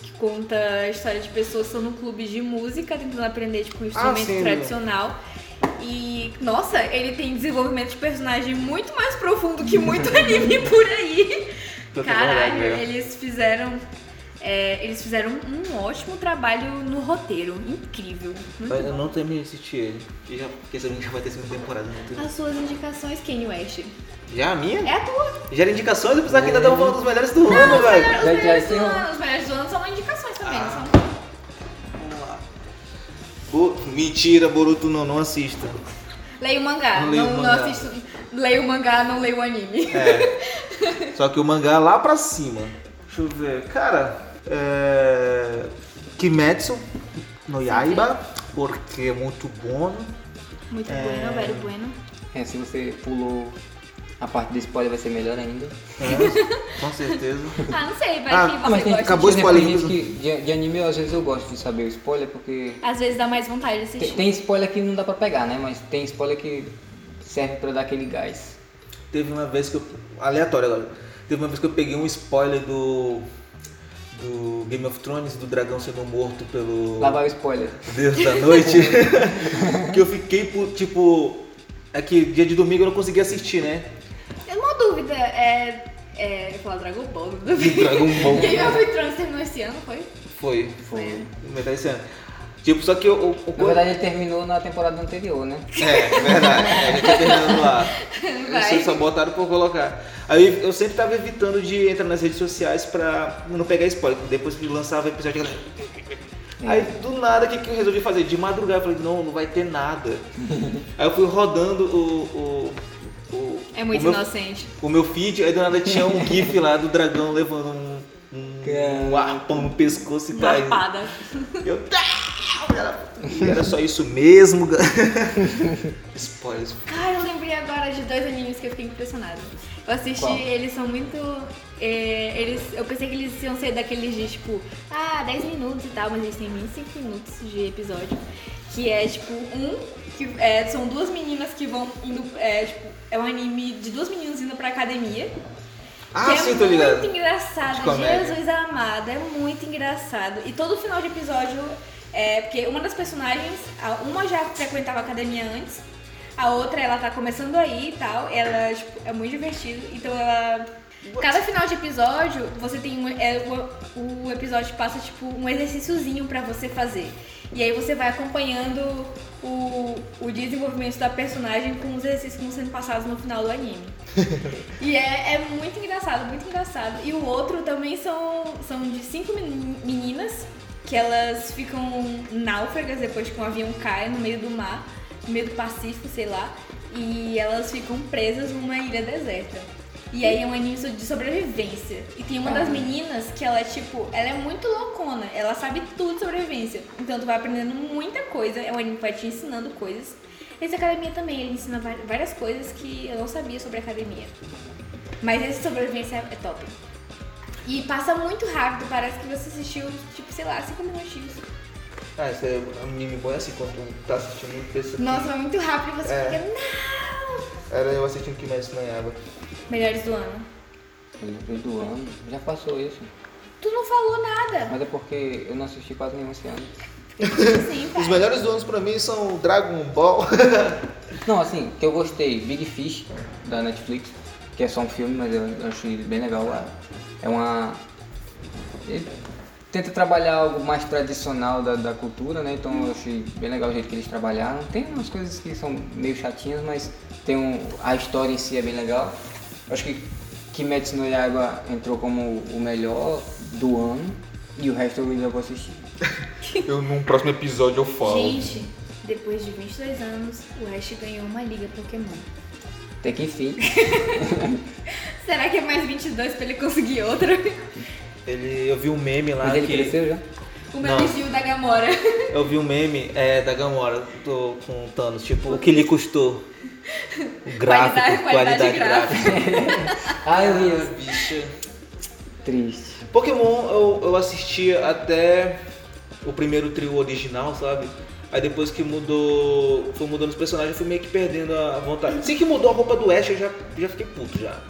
Speaker 1: que conta a história de pessoas que estão no clube de música, tentando aprender tipo, um instrumento
Speaker 2: Ah, sim.
Speaker 1: tradicional. E, nossa, ele tem desenvolvimento de personagem muito mais profundo que
Speaker 2: <laughs>
Speaker 1: muito anime por aí.
Speaker 2: Puta,
Speaker 1: Caralho,
Speaker 2: verdade, né?
Speaker 1: eles fizeram. é, eles fizeram um ótimo trabalho no roteiro. Incrível. Muito
Speaker 2: Mas eu não terminei de assistir ele. E já, porque sabendo que já vai ter segunda temporada. Não tem...
Speaker 1: as suas indicações, Kanye West.
Speaker 2: Já a minha?
Speaker 1: É a tua.
Speaker 2: Já era indicações? Eu pensava que ainda estavam falando dos melhores do ano, velho.
Speaker 1: Os
Speaker 3: Já- já
Speaker 1: melhores do
Speaker 3: tem um.
Speaker 1: ano, os melhores do ano são indicações também,
Speaker 2: Ah.
Speaker 1: não são?
Speaker 2: Vamos lá. Bo- Mentira, Boruto não, não assista.
Speaker 1: Leia o mangá.
Speaker 2: Não
Speaker 1: Não,
Speaker 2: leio o
Speaker 1: não
Speaker 2: mangá. É.
Speaker 1: assisto. Leio o mangá, não leio o anime.
Speaker 2: Só que o mangá é lá pra cima. Deixa eu ver. Cara, é... Kimetsu no Yaiba, porque é muito bom.
Speaker 1: <laughs> Muito bueno, velho bueno.
Speaker 3: É, se você pulou a parte do spoiler vai ser melhor ainda.
Speaker 2: É, com certeza.
Speaker 1: Ah, não sei, vai
Speaker 2: Ah,
Speaker 1: que você
Speaker 2: mas tem que
Speaker 1: gosta.
Speaker 2: acabar- Acabou o
Speaker 3: Por
Speaker 2: spoiler.
Speaker 3: exemplo, tem gente que de, de anime às vezes eu gosto de saber o spoiler porque.
Speaker 1: Às vezes dá mais vontade de
Speaker 3: Tem,
Speaker 1: assistir.
Speaker 3: tem spoiler que não dá pra pegar, né? Mas tem spoiler que serve pra dar aquele gás.
Speaker 2: Teve uma vez que eu. Aleatório agora. Teve uma vez que eu peguei um spoiler do. Do Game of Thrones, do dragão sendo morto pelo.
Speaker 3: Lá vai o spoiler.
Speaker 2: Deus da noite. <laughs> que eu fiquei, pu- tipo. É que dia de domingo eu não consegui assistir, né?
Speaker 1: Eu Uma dúvida, é. É. Eu ia falar Dragon Ball, não duvido.
Speaker 2: Dragon Ball.
Speaker 1: <laughs> Game of Thrones terminou esse ano, foi?
Speaker 2: Foi. né?
Speaker 3: Foi.
Speaker 2: Metade desse ano. Tipo, só que eu. eu- eu-
Speaker 3: Na verdade ele terminou na temporada anterior, né?
Speaker 2: É, é verdade. É, já tá terminando lá. Vocês só botaram pra eu colocar. Aí eu sempre tava evitando de entrar nas redes sociais pra não pegar spoiler. Depois que lançava o episódio, eu
Speaker 3: Hum.
Speaker 2: Aí do nada, o que, que eu resolvi fazer? De madrugada eu falei, não, não vai ter
Speaker 3: <laughs>
Speaker 2: nada. aí eu fui rodando o. o, o
Speaker 1: É muito
Speaker 2: o meu,
Speaker 1: inocente.
Speaker 2: o meu feed, aí do nada tinha um GIF lá do dragão levando um, um, um arpão no pescoço e tá tal.
Speaker 1: Lapada.
Speaker 2: Eu. "Não!" Era, era só isso mesmo. ga- <laughs> Spoilers.
Speaker 1: Cara, eu lembrei agora de dois animes que eu fiquei impressionada. Eu assisti,
Speaker 3: Qual?
Speaker 1: eles são muito. é, eles, eu pensei que eles iam ser daqueles de tipo, ah, 10 minutos e tal, mas eles têm 25 minutos de episódio. Que é tipo um, que é, são duas meninas que vão indo. É, tipo, é um anime de duas meninas indo pra academia.
Speaker 2: Ah,
Speaker 1: que
Speaker 2: sim,
Speaker 1: é muito
Speaker 2: tô ligado.
Speaker 1: engraçado,
Speaker 2: De comédia.
Speaker 1: Jesus amado, é muito engraçado. E todo final de episódio é porque uma das personagens, a- uma já frequentava a academia antes, a outra ela tá começando aí e tal, ela tipo, é muito divertido, então ela Cada final de episódio, você tem um, é, o, o episódio passa tipo um exercíciozinho pra você fazer. E aí você vai acompanhando o, o desenvolvimento da personagem com os exercícios que vão sendo passados no final do anime. E é, é muito engraçado, muito engraçado. E o outro também são, são de cinco meni- meninas que elas ficam náufragas depois que um avião cai no meio do mar, no meio do Pacífico, sei lá. E elas ficam presas numa ilha deserta. E aí é um anime so- de sobrevivência. E tem uma das meninas que ela é tipo, ela é muito loucona, ela sabe tudo de sobrevivência. Então tu vai aprendendo muita coisa, é um anime que vai te ensinando coisas. Esse academia também, ele ensina va- várias coisas que eu não sabia sobre a academia. Mas esse sobrevivência é top. E passa muito rápido, parece que você assistiu, tipo, sei lá, 5 minutinhos.
Speaker 2: Ah, isso é um anime bom é assim, quando tu tá assistindo, pensa que-
Speaker 1: Nossa, é muito rápido e você
Speaker 2: É.
Speaker 1: fica, não!
Speaker 2: Era eu assistindo que mais sonhava.
Speaker 1: Melhores do ano.
Speaker 3: Foi do ano, já passou isso.
Speaker 1: Tu não falou nada.
Speaker 3: <laughs> Mas é porque eu não assisti quase nenhum esse ano.
Speaker 1: Sim,
Speaker 2: Os
Speaker 1: assim, cara.
Speaker 2: melhores donos pra mim são Dragon
Speaker 1: <laughs>
Speaker 2: Ball.
Speaker 3: Não, assim, que eu gostei, Big Fish, da Netflix, que é só um filme, mas eu eu achei bem legal. É uma. ele tenta trabalhar algo mais tradicional da, da cultura, né? Então eu achei bem legal o jeito que eles trabalharam. Tem umas coisas que são meio chatinhas, mas tem um, a história em si é bem legal. Eu acho que Kimetsu no Yaiba entrou como o melhor do ano e o resto eu ainda vou assistir.
Speaker 4: Eu, num próximo episódio eu falo.
Speaker 1: Gente, depois de 22 anos, o Ash ganhou uma liga Pokémon.
Speaker 3: Até que enfim.
Speaker 1: Será que é mais 22 pra ele conseguir outra? <laughs>
Speaker 2: Ele, eu vi um meme lá
Speaker 3: Mas ele
Speaker 2: que...
Speaker 3: cresceu já?
Speaker 1: O meu
Speaker 2: Não.
Speaker 1: desvio da Gamora.
Speaker 2: Eu vi um meme é, da Gamora do, com o Thanos, tipo, o que lhe custou? O
Speaker 1: <laughs> Qualidade-
Speaker 2: gráfico,
Speaker 1: qualidade
Speaker 2: qualidade, gráfica.
Speaker 1: <laughs>
Speaker 3: Ai, meu Deus.
Speaker 2: Bicha.
Speaker 3: Triste.
Speaker 2: Pokémon eu, eu assisti até o primeiro trio original, sabe? Aí depois que mudou. Foi mudando os personagens, eu fui meio que perdendo a vontade. Assim que mudou a roupa do Ash, eu já, já fiquei puto já.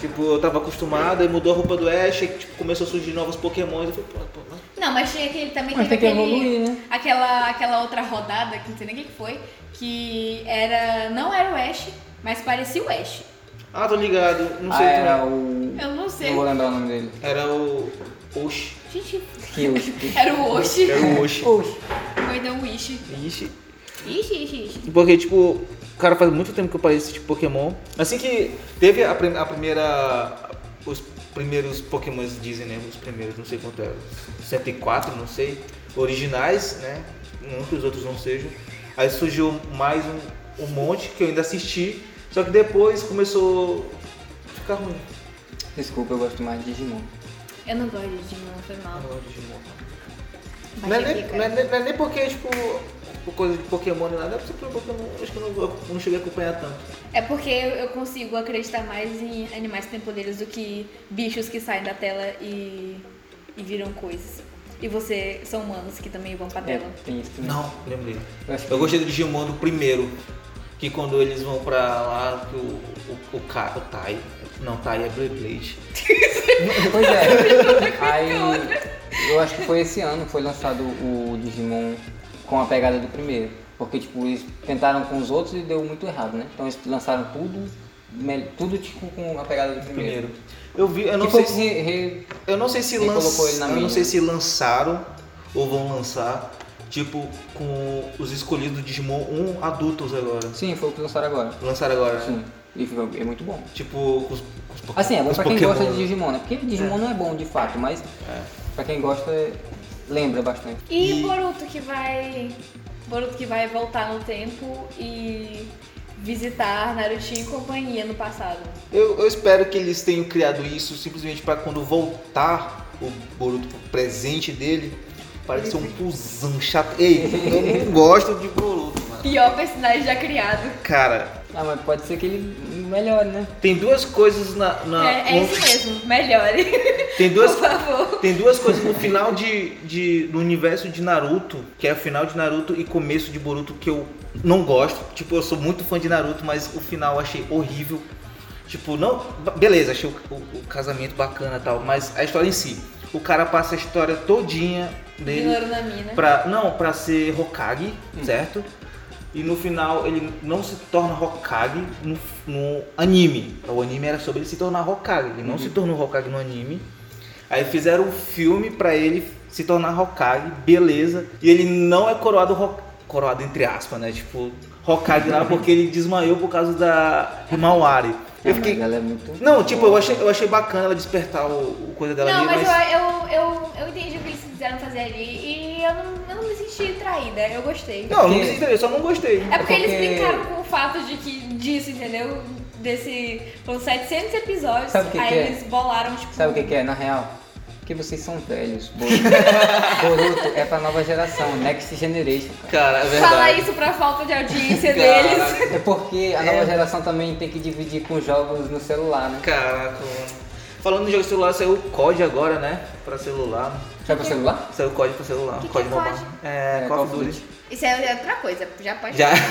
Speaker 2: Tipo, eu tava acostumado, aí mudou a roupa do Ash, aí, tipo, começou a surgir novos Pokémons. Eu falei, pô, pô, mas
Speaker 1: <laughs> Não, mas tinha aquele, também
Speaker 3: Mas
Speaker 1: teve
Speaker 3: tem que
Speaker 1: aquele,
Speaker 3: evoluir, né?
Speaker 1: aquela, aquela outra rodada, que não sei nem o que que foi, que era, não era o Ash, mas parecia o Ash.
Speaker 2: Ah, tô ligado, não
Speaker 3: Ah,
Speaker 2: sei como
Speaker 3: era
Speaker 2: é.
Speaker 3: o.
Speaker 1: Eu não sei.
Speaker 3: Não vou lembrar o nome dele.
Speaker 2: Era o. Oxi.
Speaker 1: Gente, <laughs>
Speaker 3: Que o
Speaker 1: era o Osh,
Speaker 2: Era o Oxi.
Speaker 1: ou então o Ishi.
Speaker 2: <laughs> Ixi.
Speaker 1: Ishi, Ishi, Ishi.
Speaker 2: Porque, tipo, cara, faz muito tempo que eu parei tipo de assistir Pokémon. Assim que teve a, prim- a primeira. Os primeiros Pokémons dizem, né? Os primeiros, não sei quanto é. 104, não sei. Originais, né? Não que os outros não sejam. Aí surgiu mais um, um monte que eu ainda assisti. Só que depois começou a ficar ruim.
Speaker 3: Desculpa, eu gosto mais de Digimon.
Speaker 1: Eu não gosto de Digimon, foi mal.
Speaker 2: Não é Digimon.
Speaker 1: Bati
Speaker 2: Não é,
Speaker 1: aqui,
Speaker 2: nem,
Speaker 1: cara.
Speaker 2: não, é, nem- não é nem porque, tipo, por coisa de Pokémon nem nada, é porque Pokémon acho que eu não, eu não cheguei a acompanhar tanto.
Speaker 1: É porque eu eu consigo acreditar mais em animais que têm poderes do que bichos que saem da tela e, e viram coisas. E você são humanos que também vão pra
Speaker 3: É,
Speaker 1: tela.
Speaker 3: tem isso também.
Speaker 2: Não, lembrei.
Speaker 3: Eu acho que-
Speaker 2: Eu gostei do Digimon do primeiro. Que quando eles vão pra lá, que o, o, o, Ka- o Tai. Não, Tai é Beyblade.
Speaker 3: <laughs>
Speaker 2: <laughs>
Speaker 3: Pois é. Aí. Eu acho que foi esse ano que foi lançado o Digimon com a pegada do primeiro. Porque, tipo, eles tentaram com os outros e deu muito errado, né? Então eles lançaram tudo, mel- tudo tipo com a pegada do
Speaker 2: Primeiro.
Speaker 3: primeiro.
Speaker 2: Eu vi, eu não
Speaker 3: que
Speaker 2: sei
Speaker 3: foi
Speaker 2: se.
Speaker 3: re- re-
Speaker 2: Eu não sei se
Speaker 3: Ele colocou ele
Speaker 2: lançaram.
Speaker 3: na
Speaker 2: Eu não
Speaker 3: mídia.
Speaker 2: sei se lançaram ou vão lançar. Tipo, com os escolhidos do Digimon 1 adultos agora.
Speaker 3: Sim, foi o que lançaram agora.
Speaker 2: Lançaram agora, né?
Speaker 3: Sim. E ficou- é muito bom.
Speaker 2: Tipo, com os, com os po-
Speaker 3: Assim, é bom
Speaker 2: os
Speaker 3: pra quem
Speaker 2: Pokémon.
Speaker 3: gosta de Digimon, né? Porque Digimon não é bom de fato, mas pra quem gosta é- Lembra bastante.
Speaker 1: E,
Speaker 2: E-
Speaker 1: Boruto que vai. Boruto que vai voltar no tempo e visitar Naruto e companhia no passado.
Speaker 2: Eu, eu espero que eles tenham criado isso simplesmente pra quando voltar o Boruto pro presente dele, parece ser um cuzão chato. Ei, <laughs> eu não gosto de Boruto, mano.
Speaker 1: Pior personagem já criado.
Speaker 2: Cara,
Speaker 3: Ah, mas pode ser que ele melhore, né?
Speaker 2: tem duas coisas na. na-
Speaker 1: é, é
Speaker 2: no-
Speaker 1: isso mesmo, melhore.
Speaker 2: Tem duas,
Speaker 1: <laughs> Por favor.
Speaker 2: <laughs> tem duas coisas no final de, de, do universo de Naruto, que é o final de Naruto e começo de Boruto, que eu não gosto. Tipo, eu sou muito fã de Naruto, mas o final eu achei horrível. Tipo, não. ba- Beleza, achei o, o- o casamento bacana e tal, mas a história em si. O cara passa a história todinha dele
Speaker 1: Ignorou na mina.
Speaker 2: pra. Não, pra ser Hokage, certo? E no final ele não se torna Hokage no, no anime. O anime era sobre ele se tornar Hokage. Ele não se tornou Hokage no anime. Aí fizeram um filme pra ele se tornar Hokage, beleza. E ele não é coroado Ho- coroado entre aspas, né? Tipo, Hokage lá porque ele desmaiou por causa da Himawari. Eu
Speaker 3: Ah,
Speaker 2: fiquei
Speaker 3: mas ela é muito.
Speaker 2: Não, tipo, eu achei, eu achei bacana ela despertar o, o coisa dela
Speaker 1: Não,
Speaker 2: ali,
Speaker 1: mas, Eu, eu, eu, eu entendi o que eles quiseram fazer ali e eu não, eu não me senti traída, eu gostei.
Speaker 2: Não, eu não me senti, eu só não gostei.
Speaker 1: É porque, eles
Speaker 3: porque-
Speaker 1: brincaram com o fato de que disso, entendeu? Desse. Foram 700 episódios,
Speaker 3: Sabe o que
Speaker 1: aí
Speaker 3: que é?
Speaker 1: eles bolaram, tipo.
Speaker 3: Sabe o que, que é, na real? Porque vocês são velhos.
Speaker 2: <laughs>
Speaker 3: Boruto, Boruto é pra nova geração, Next Generation, cara.
Speaker 2: Cara, é
Speaker 1: Falar isso pra falta de audiência deles.
Speaker 3: É porque a nova geração também tem que dividir com jogos no celular, né?
Speaker 2: Caraca, mano. Falando em jogo de celular, saiu o COD agora, né? Pra celular.
Speaker 3: Já pro celular?
Speaker 2: Saiu o COD pra celular.
Speaker 1: Que que
Speaker 2: COD
Speaker 1: é
Speaker 2: mobile.
Speaker 1: COD?
Speaker 2: É, Call of Duty.
Speaker 1: Isso é outra coisa, já pode. <laughs>
Speaker 2: Já. <laughs>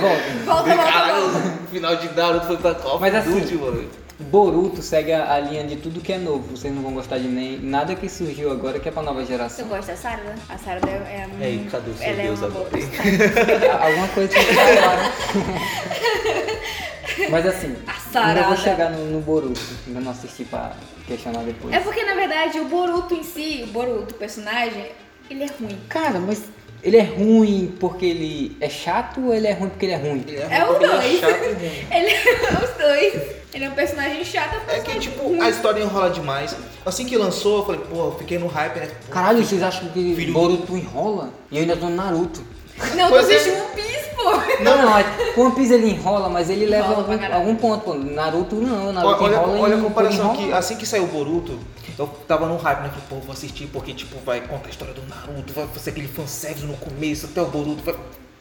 Speaker 3: Bom,
Speaker 1: Volta, volta, volta.
Speaker 2: o final de Naruto foi pra Call
Speaker 3: Mas assim-
Speaker 2: mano.
Speaker 3: Boruto segue a, a linha de tudo que é novo. Vocês não vão gostar de nem nada que surgiu agora que é pra nova
Speaker 1: Você
Speaker 3: geração.
Speaker 1: gosta da Sarda? A Sarda é a
Speaker 2: Ei, cadê o seu
Speaker 1: Ela
Speaker 2: Deus
Speaker 1: é uma boa
Speaker 2: agora, hein?
Speaker 1: personagem.
Speaker 3: <laughs> Alguma coisa que
Speaker 1: <laughs>
Speaker 3: falaram. Mas assim,
Speaker 1: Sarada.
Speaker 3: ainda vou chegar no, no Boruto. Ainda não assisti pra questionar depois.
Speaker 1: É porque, na verdade, o Boruto em si, o Boruto, o personagem, ele é ruim.
Speaker 3: Cara, mas ele é ruim porque ele é chato ou ele é ruim porque ele é ruim?
Speaker 1: É os dois. <laughs>
Speaker 2: chato e ruim.
Speaker 1: Ele é os dois. Ele é um personagem chato, é um
Speaker 2: É
Speaker 1: personagem
Speaker 2: que, tipo, a história enrola demais. Assim que lançou, eu falei, pô, eu fiquei no hype, né? Pô,
Speaker 3: Caralho, vocês acham que
Speaker 2: Filho.
Speaker 3: Boruto enrola? E eu ainda tô no Naruto.
Speaker 1: Não, tu
Speaker 2: Pois é.
Speaker 1: assistiu One um Piece, pô.
Speaker 3: Não, não, é- One Piece ele enrola, mas ele
Speaker 1: Enrola
Speaker 3: leva
Speaker 1: pra
Speaker 3: algum,
Speaker 1: caralho.
Speaker 3: algum ponto. pô. Naruto não, Naruto
Speaker 2: Olha,
Speaker 3: enrola
Speaker 2: olha, olha
Speaker 3: e
Speaker 2: a comparação
Speaker 3: enrola.
Speaker 2: que assim que saiu o Boruto, eu tava no hype, né? Falei, pô, vou assistir porque, tipo, vai contar a história do Naruto, vai fazer aquele fanservice no começo, até o Boruto, vai...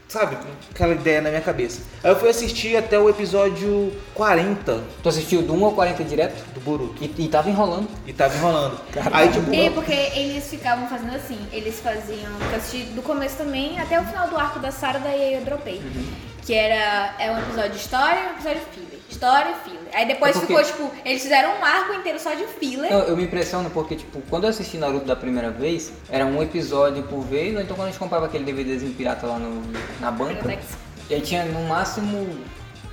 Speaker 2: Sabe? Aquela ideia na minha cabeça. Aí eu fui assistir até o episódio 40
Speaker 3: Tu assistiu do 1 ao 40 direto?
Speaker 2: do Boruto.
Speaker 3: E, e tava enrolando.
Speaker 2: E tava enrolando. Aí, tipo...
Speaker 1: É, porque eles ficavam fazendo assim. Eles faziam. Eu assisti do começo também, até o final do arco da Sarda, e aí eu dropei.
Speaker 2: Uhum.
Speaker 1: Que era é um episódio de história e um episódio de filler. História e filler. Aí depois
Speaker 3: É porque-
Speaker 1: ficou, tipo, eles fizeram um arco inteiro só de filler.
Speaker 3: Eu, eu me impressiono porque, tipo, quando eu assisti Naruto da primeira vez, era um episódio por vez, ou então quando a gente comprava aquele DVDzinho pirata lá no, na banca,
Speaker 1: Netflix.
Speaker 3: e aí tinha no máximo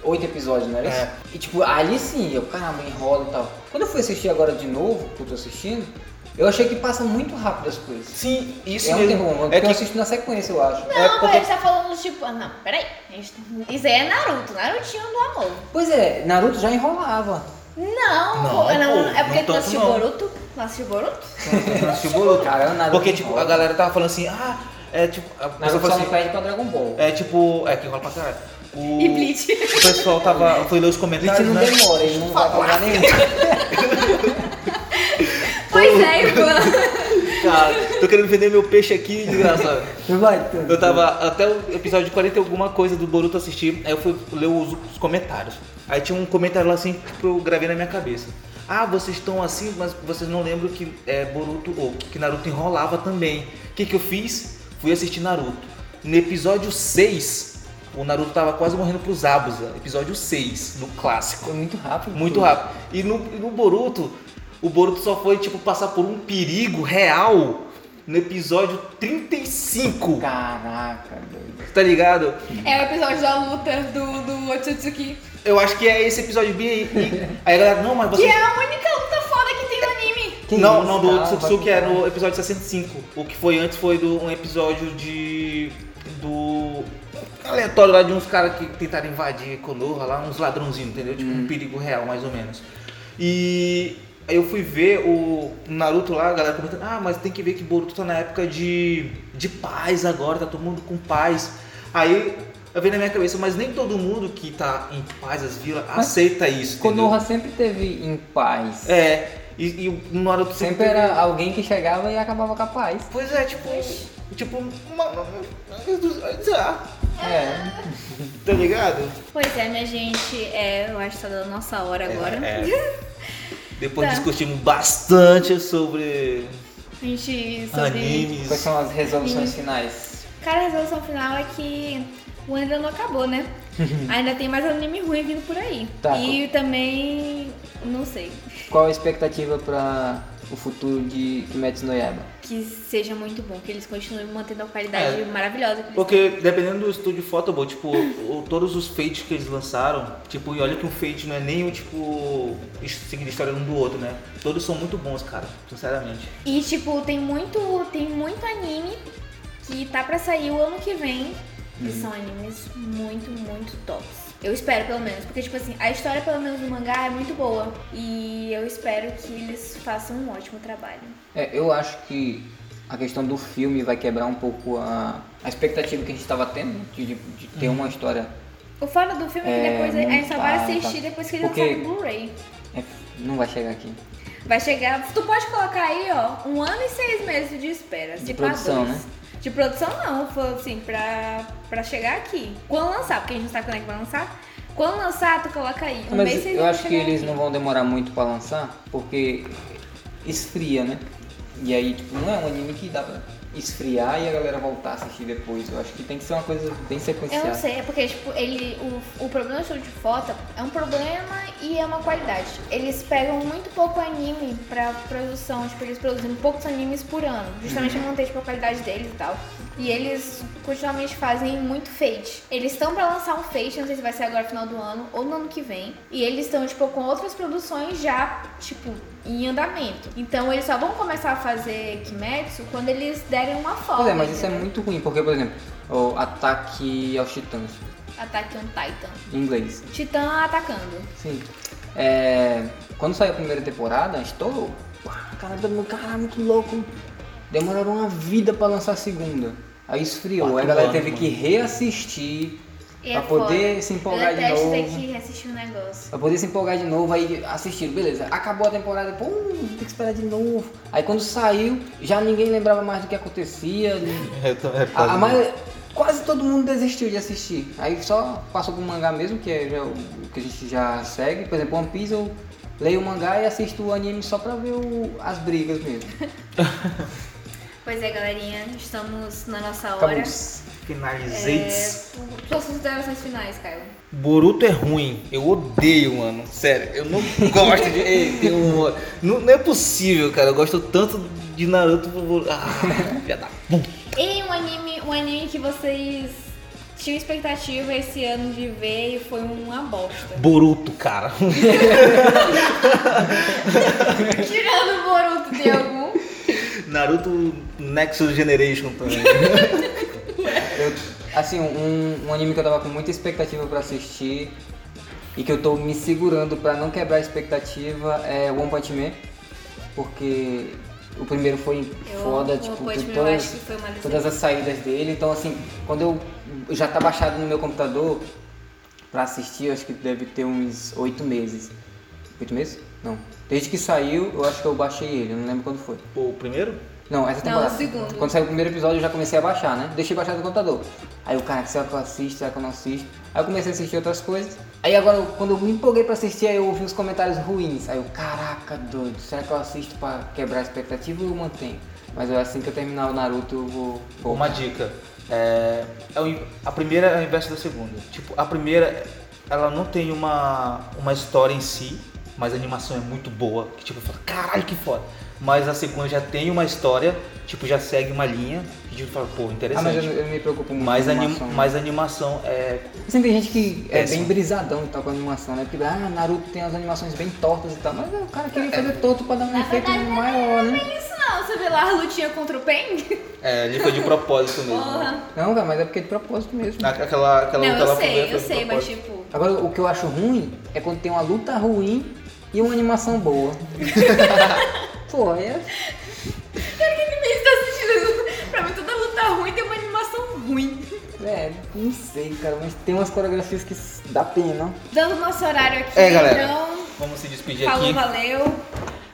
Speaker 3: oito episódios, não era isso?
Speaker 2: É.
Speaker 3: E tipo, ali sim, eu, caramba, enrola e tal. Quando eu fui assistir agora de novo, que eu tô assistindo, eu achei que passa muito rápido as coisas.
Speaker 2: Sim, isso
Speaker 3: é um
Speaker 2: mesmo.
Speaker 3: termo, porque
Speaker 2: é
Speaker 3: eu
Speaker 2: que...
Speaker 3: assisto na sequência, eu acho.
Speaker 2: É
Speaker 1: Não,
Speaker 2: porque-
Speaker 1: porque você tá falando, tipo, ah, não, peraí. Isso aí é Naruto, Narutinho do amor.
Speaker 3: Pois é, Naruto já enrolava.
Speaker 1: Não,
Speaker 2: Não,
Speaker 1: pô, não,
Speaker 2: pô,
Speaker 1: é porque
Speaker 2: não
Speaker 1: tu
Speaker 2: tanto
Speaker 1: assistiu
Speaker 2: não.
Speaker 1: Boruto? Tu assistiu Boruto?
Speaker 2: eu assisti o Boruto.
Speaker 3: Cara, o Naruto
Speaker 2: Porque, tipo,
Speaker 3: enrola.
Speaker 2: a galera tava falando assim, ah, é tipo... A pessoa falou
Speaker 3: Naruto só não
Speaker 2: assim,
Speaker 3: perde pra Dragon Ball.
Speaker 2: é tipo... É que enrola pra caralho. O...
Speaker 1: E Bleach.
Speaker 2: O pessoal tava... Foi ler os
Speaker 3: A gente
Speaker 2: comentários,
Speaker 3: não um
Speaker 2: né?
Speaker 3: demora, ele não vai pra lugar nenhum.
Speaker 1: <laughs>
Speaker 2: <laughs>
Speaker 1: Pois é, Ivan.
Speaker 2: Cara, tô querendo vender meu peixe aqui, desgraçado.
Speaker 3: Não vai tanto.
Speaker 2: Eu tava até o episódio 40 e alguma coisa do Boruto assistir, aí eu fui ler os, os comentários. Aí tinha um comentário lá assim que eu gravei na minha cabeça. Ah, vocês estão assim, mas vocês não lembram que é, Boruto ou que Naruto enrolava também. O que, que eu fiz? Fui assistir Naruto. No episódio 6, o Naruto tava quase morrendo pro Zabuza. Episódio 6, no clássico.
Speaker 3: Foi muito rápido.
Speaker 2: Muito
Speaker 3: tudo.
Speaker 2: rápido. E no, e no Boruto, o Boruto só foi, tipo, passar por um perigo real no episódio 35.
Speaker 3: Caraca, doido.
Speaker 2: Tá ligado?
Speaker 1: É o episódio da luta do, do Otsutsuki.
Speaker 2: Eu acho que é esse episódio bem aí. E- Aí a galera, não, mas
Speaker 1: Que
Speaker 2: você.
Speaker 1: é a única luta foda que tem no anime.
Speaker 3: Que
Speaker 2: não,
Speaker 3: isso,
Speaker 2: não, do
Speaker 3: cara,
Speaker 2: Otsutsuki
Speaker 3: Ah, vai
Speaker 2: é
Speaker 3: ficar-
Speaker 2: no episódio 65. O que foi antes foi do, um episódio de. do. aleatório lá de uns caras que tentaram
Speaker 3: Uhum.
Speaker 2: invadir Konoha lá, uns ladrãozinhos, entendeu? Tipo, um perigo real, mais ou menos. E Aí eu fui ver o Naruto lá, a galera comentando, ah, mas tem que ver que Boruto tá na época de, de paz agora, tá todo mundo com paz. Aí eu veio na minha cabeça, mas nem todo mundo que tá em paz as vilas
Speaker 3: Mas
Speaker 2: aceita isso. entendeu?
Speaker 3: Konoha sempre teve em paz.
Speaker 2: É, e, e o Naruto
Speaker 3: Sempre era alguém que chegava e acabava com a paz.
Speaker 2: Pois é, tipo. Tipo, uma. uma- uma- sei lá,
Speaker 3: É.
Speaker 2: tá ligado?
Speaker 1: Pois é, minha gente, é, eu acho que tá dando nossa hora agora.
Speaker 2: É, é. Depois
Speaker 1: Tá.
Speaker 2: discutimos bastante sobre,
Speaker 1: <laughs> A gente sobre.
Speaker 2: animes.
Speaker 3: Quais são as resoluções finais?
Speaker 1: Cara, a resolução final é que o ano ainda não acabou,
Speaker 2: <laughs>
Speaker 1: né? ainda tem mais anime ruim vindo por aí.
Speaker 3: Tá,
Speaker 1: e também. não sei.
Speaker 3: Qual a expectativa para o futuro de Kimetsu no Yaiba?
Speaker 1: Que seja muito bom, que eles continuem mantendo a qualidade
Speaker 2: É.
Speaker 1: maravilhosa que eles
Speaker 2: Porque dependendo do estúdio Photoball, tipo, o- todos os fates que eles lançaram, tipo, e olha que o fate não é nem o tipo is- seguir a história um do outro, né? Todos são muito bons, cara, sinceramente.
Speaker 1: E tipo, tem muito, tem muito anime que tá pra sair o ano que vem. Que são animes muito, muito tops. Eu espero, pelo menos. Porque, tipo assim, a história, pelo menos, do mangá é muito boa. E eu espero que eles façam um ótimo trabalho.
Speaker 3: É, eu acho que a questão do filme vai quebrar um pouco a, a expectativa que a gente estava tendo de, de- de ter
Speaker 2: Uhum.
Speaker 3: uma história.
Speaker 1: O fora do filme é que
Speaker 3: É,
Speaker 1: depois a gente
Speaker 3: não
Speaker 1: só vai
Speaker 3: tá,
Speaker 1: assistir
Speaker 3: tá.
Speaker 1: depois que ele
Speaker 3: Porque-
Speaker 1: lançar no Blu-ray.
Speaker 3: É, não vai chegar aqui.
Speaker 1: Vai chegar. Tu pode colocar aí, ó, um ano e seis meses de espera. se
Speaker 3: De
Speaker 1: pá,
Speaker 3: produção,
Speaker 1: dois.
Speaker 3: né?
Speaker 1: De produção não, foi assim, pra, pra chegar aqui. Quando lançar, porque a gente não sabe quando é que vai lançar. Quando lançar, tu coloca aí. Um mês
Speaker 3: Mas
Speaker 1: seis
Speaker 3: eu
Speaker 1: meses
Speaker 3: acho
Speaker 1: pra
Speaker 3: que
Speaker 1: chegar
Speaker 3: eles
Speaker 1: aqui.
Speaker 3: não vão demorar muito pra lançar, porque esfria, né? E aí, tipo, não é um anime que dá pra esfriar e a galera voltar a assistir depois. Eu acho que tem que ser uma coisa bem sequencial.
Speaker 1: Eu não sei, é porque tipo, ele, o, o problema do show de foto é um problema e é uma qualidade. Eles pegam muito pouco anime pra produção, tipo, eles produzem poucos animes por ano, justamente
Speaker 3: Uhum.
Speaker 1: pra manter tipo, a qualidade deles e tal. E eles continuamente fazem muito fade. Eles estão pra lançar um fade, não sei se vai ser agora no final do ano ou no ano que vem. E eles estão, tipo, com outras produções já, tipo, em andamento. Então eles só vão começar a fazer Kimetsu quando eles derem uma folga.
Speaker 3: Pois é, mas isso é
Speaker 1: entendeu?
Speaker 3: muito ruim, porque, por exemplo, o Ataque aos Titãs,
Speaker 1: Ataque on Titan.
Speaker 3: em inglês.
Speaker 1: Titã atacando.
Speaker 3: Sim. É, quando saiu a primeira temporada, estourou. Uau, Cara, todo mundo, cara, é muito louco. Demoraram uma vida pra lançar a segunda. Aí esfriou.
Speaker 2: Quatro
Speaker 3: aí a galera
Speaker 2: anos,
Speaker 3: teve
Speaker 2: mano.
Speaker 3: que reassistir
Speaker 1: E
Speaker 3: pra
Speaker 1: é
Speaker 3: poder
Speaker 1: foda.
Speaker 3: se empolgar
Speaker 1: eu
Speaker 3: de
Speaker 1: detesto
Speaker 3: novo.
Speaker 1: ter que assistir um negócio.
Speaker 3: Pra poder se empolgar de novo, aí assistiram, beleza. Acabou a temporada, pô, tem que esperar de novo. Aí quando saiu, já ninguém lembrava mais do que acontecia. né?
Speaker 4: É, tá- é,
Speaker 3: A, a
Speaker 4: tá-
Speaker 3: maioria- quase todo mundo desistiu de assistir. Aí só passou pro mangá mesmo, que é já o o que a gente já segue. Por exemplo, One Piece eu leio o mangá e assisto o anime só pra ver o- as brigas mesmo.
Speaker 1: Pois é, galerinha, estamos na nossa hora.
Speaker 3: Acabou.
Speaker 2: Finalizei.
Speaker 1: É, suas considerações finais, Caio.
Speaker 2: Boruto é ruim, eu odeio, mano. Sério, eu não <laughs> gosto de. Ei, tem um- não, não é possível, cara. Eu gosto tanto de Naruto. pro Boruto. Ah, filha da puta.
Speaker 1: E um anime, um anime que vocês tinham expectativa esse ano de ver e foi uma bosta.
Speaker 2: Boruto, cara.
Speaker 1: <laughs>
Speaker 2: <laughs>
Speaker 1: Tirando o Boruto de algum.
Speaker 2: Naruto Nexus Generation também.
Speaker 3: Eu- assim, um, um anime que eu tava com muita expectativa pra assistir e que eu tô me segurando pra não quebrar a expectativa é One Punch Man, porque o primeiro foi
Speaker 1: Eu-
Speaker 3: foda,
Speaker 1: One
Speaker 3: tipo,
Speaker 1: Punch
Speaker 3: de
Speaker 1: Man eu
Speaker 3: todas,
Speaker 1: acho que foi uma das-
Speaker 3: todas as saídas dele, então assim, quando eu eu já tá baixado no meu computador pra assistir, eu acho que deve ter uns oito meses. Oito meses? Não. Desde que saiu, eu acho que eu baixei ele, eu não lembro quando foi.
Speaker 2: Pô, o primeiro?
Speaker 3: Não, essa
Speaker 1: Não,
Speaker 3: temporada.
Speaker 1: o segundo.
Speaker 3: Quando saiu o primeiro episódio eu já comecei a baixar, né? Deixei baixar no computador. Aí o cara, será que eu assisto, será que eu não assisto? Aí eu comecei a assistir outras coisas. Aí agora, eu- quando eu me empolguei pra assistir, aí eu ouvi os comentários ruins. Aí eu, caraca, doido, será que eu assisto pra quebrar a expectativa ou eu mantenho? Mas eu, assim que eu terminar o Naruto, eu vou... vou-
Speaker 2: Uma dica. É, é o in- a primeira é o inverso da segunda. Tipo, a primeira, ela não tem uma, uma história em si, mas a animação é muito boa. Que tipo, fala, caralho, que foda. Mas a segunda já tem uma história, tipo, já segue uma linha, que tipo, fala, pô,
Speaker 3: Ah, mas eu,
Speaker 2: interessante.
Speaker 3: eu me preocupo muito
Speaker 2: mas,
Speaker 3: com
Speaker 2: a anim-
Speaker 3: animação. né?
Speaker 2: mas a animação é.
Speaker 3: Assim, tem gente que é
Speaker 2: Péssimo.
Speaker 3: bem brisadão e tal com a animação, né? Porque, ah, Naruto tem as animações bem tortas e tal. Mas ah, o cara queria fazer torto pra dar um
Speaker 1: É. Na
Speaker 3: efeito
Speaker 1: verdade, não
Speaker 3: maior, né?
Speaker 1: é isso não, você vê lá a lutinha contra o Pen?
Speaker 2: É, ele
Speaker 3: <laughs>
Speaker 2: foi de propósito mesmo. né?
Speaker 1: Porra.
Speaker 3: Não, cara, mas é porque é de propósito mesmo.
Speaker 2: A- Aquela, aquela
Speaker 1: Não,
Speaker 2: luta lá
Speaker 1: eu
Speaker 2: pro meio
Speaker 1: sei,
Speaker 2: foi
Speaker 1: eu
Speaker 2: de
Speaker 1: sei, mas
Speaker 2: propósito.
Speaker 1: tipo.
Speaker 3: Agora, o que eu acho ruim é quando tem uma luta ruim e uma animação <laughs> boa. Pô, é.
Speaker 1: Cara, que anime você tá assistindo? <laughs> Pra mim, toda luta ruim tem uma animação ruim.
Speaker 3: É, não sei, cara, mas tem umas coreografias que s- dá pena.
Speaker 1: Dando nosso horário aqui,
Speaker 2: É, galera.
Speaker 1: então.
Speaker 2: Vamos se despedir
Speaker 1: Falou,
Speaker 2: aqui.
Speaker 1: valeu.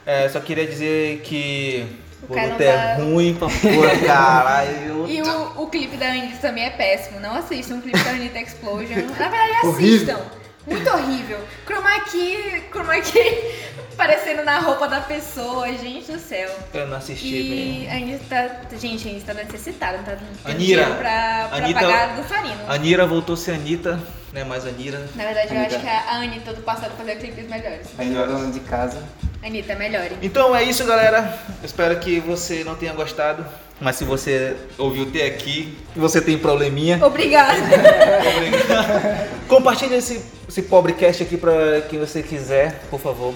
Speaker 2: É, só queria dizer que
Speaker 1: O
Speaker 2: o
Speaker 1: cara
Speaker 2: luta é
Speaker 1: não tá-
Speaker 2: ruim
Speaker 1: <laughs>
Speaker 2: pra porra, caralho.
Speaker 1: E o, o clipe da Anitta também é péssimo. Não assistam o clipe da Anitta Explosion. Na verdade,
Speaker 6: Horrível.
Speaker 1: assistam. Muito horrível. Chroma key, chroma key <laughs> parecendo na roupa da pessoa, gente do céu.
Speaker 2: Eu não assisti mesmo.
Speaker 1: E a Anitta tá. Gente, a Anitta tá necessitada, não tá tendo
Speaker 2: Anira.
Speaker 1: dinheiro pra, pra
Speaker 2: Anitta-
Speaker 1: pagar dançarino.
Speaker 2: Anira voltou a ser Anitta, não é mais Anira.
Speaker 1: Na verdade, eu
Speaker 3: Anitta.
Speaker 1: acho que a Anitta do passado fazia clipes melhores.
Speaker 3: Aí na dona de casa.
Speaker 1: Anitta, melhore.
Speaker 2: Então é isso, galera. Espero que você não tenha gostado. Mas se você ouviu até aqui, você tem probleminha.
Speaker 1: Obrigada.
Speaker 3: <laughs>
Speaker 2: Compartilha esse, esse pobrecast aqui pra quem você quiser, por favor.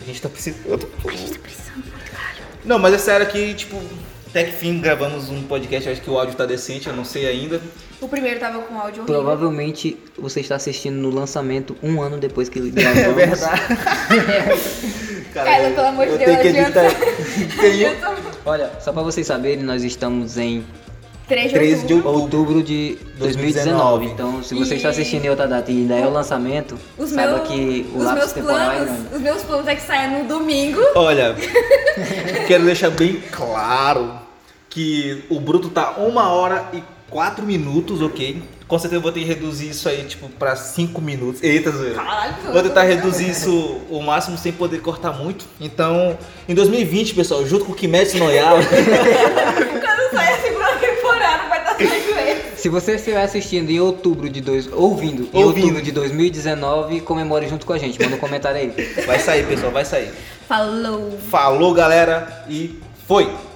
Speaker 2: A gente tá precisando.
Speaker 1: tá
Speaker 2: Não, mas é sério que, tipo, até que fim gravamos um podcast. Acho que o áudio tá decente, eu não sei ainda.
Speaker 1: O primeiro tava com áudio horrível.
Speaker 3: Provavelmente você está assistindo no lançamento um ano depois <laughs> que ele gravamos.
Speaker 1: Cara, pelo amor de
Speaker 2: eu
Speaker 1: Deus,
Speaker 2: tenho que
Speaker 1: adianta.
Speaker 2: editar. <laughs> Tem
Speaker 1: Adianta.
Speaker 3: Olha, só pra vocês saberem, nós estamos em
Speaker 1: 3 de
Speaker 2: 13 de
Speaker 1: outubro.
Speaker 3: outubro de 2019. Então, se você está
Speaker 1: E-
Speaker 3: assistindo em outra data e ainda é o lançamento,
Speaker 1: Os,
Speaker 3: saiba
Speaker 1: meus-
Speaker 3: que o
Speaker 1: os meus
Speaker 3: lápis temporal é
Speaker 1: planos,
Speaker 3: grande.
Speaker 1: os meus planos é que saia no domingo.
Speaker 2: Olha, quero deixar bem claro que o bruto tá uma hora e quatro minutos, ok? Com certeza eu vou ter que reduzir isso aí, tipo, pra cinco minutos. Eita, zoeira.
Speaker 1: Caralho,
Speaker 2: Vou tentar reduzir isso o máximo sem poder cortar muito. Então, em 2020, pessoal, junto com o Kimetsu no <laughs> Yaiba,
Speaker 1: Quando sair a segunda temporada, vai estar saindo esse.
Speaker 3: Se você estiver assistindo em outubro de dois, ouvindo, em
Speaker 2: Ouvindo.
Speaker 3: outubro de 2019, comemore junto com a gente. Manda um comentário aí.
Speaker 2: vai sair, pessoal, vai sair.
Speaker 1: Falou.
Speaker 2: Falou, galera, e foi!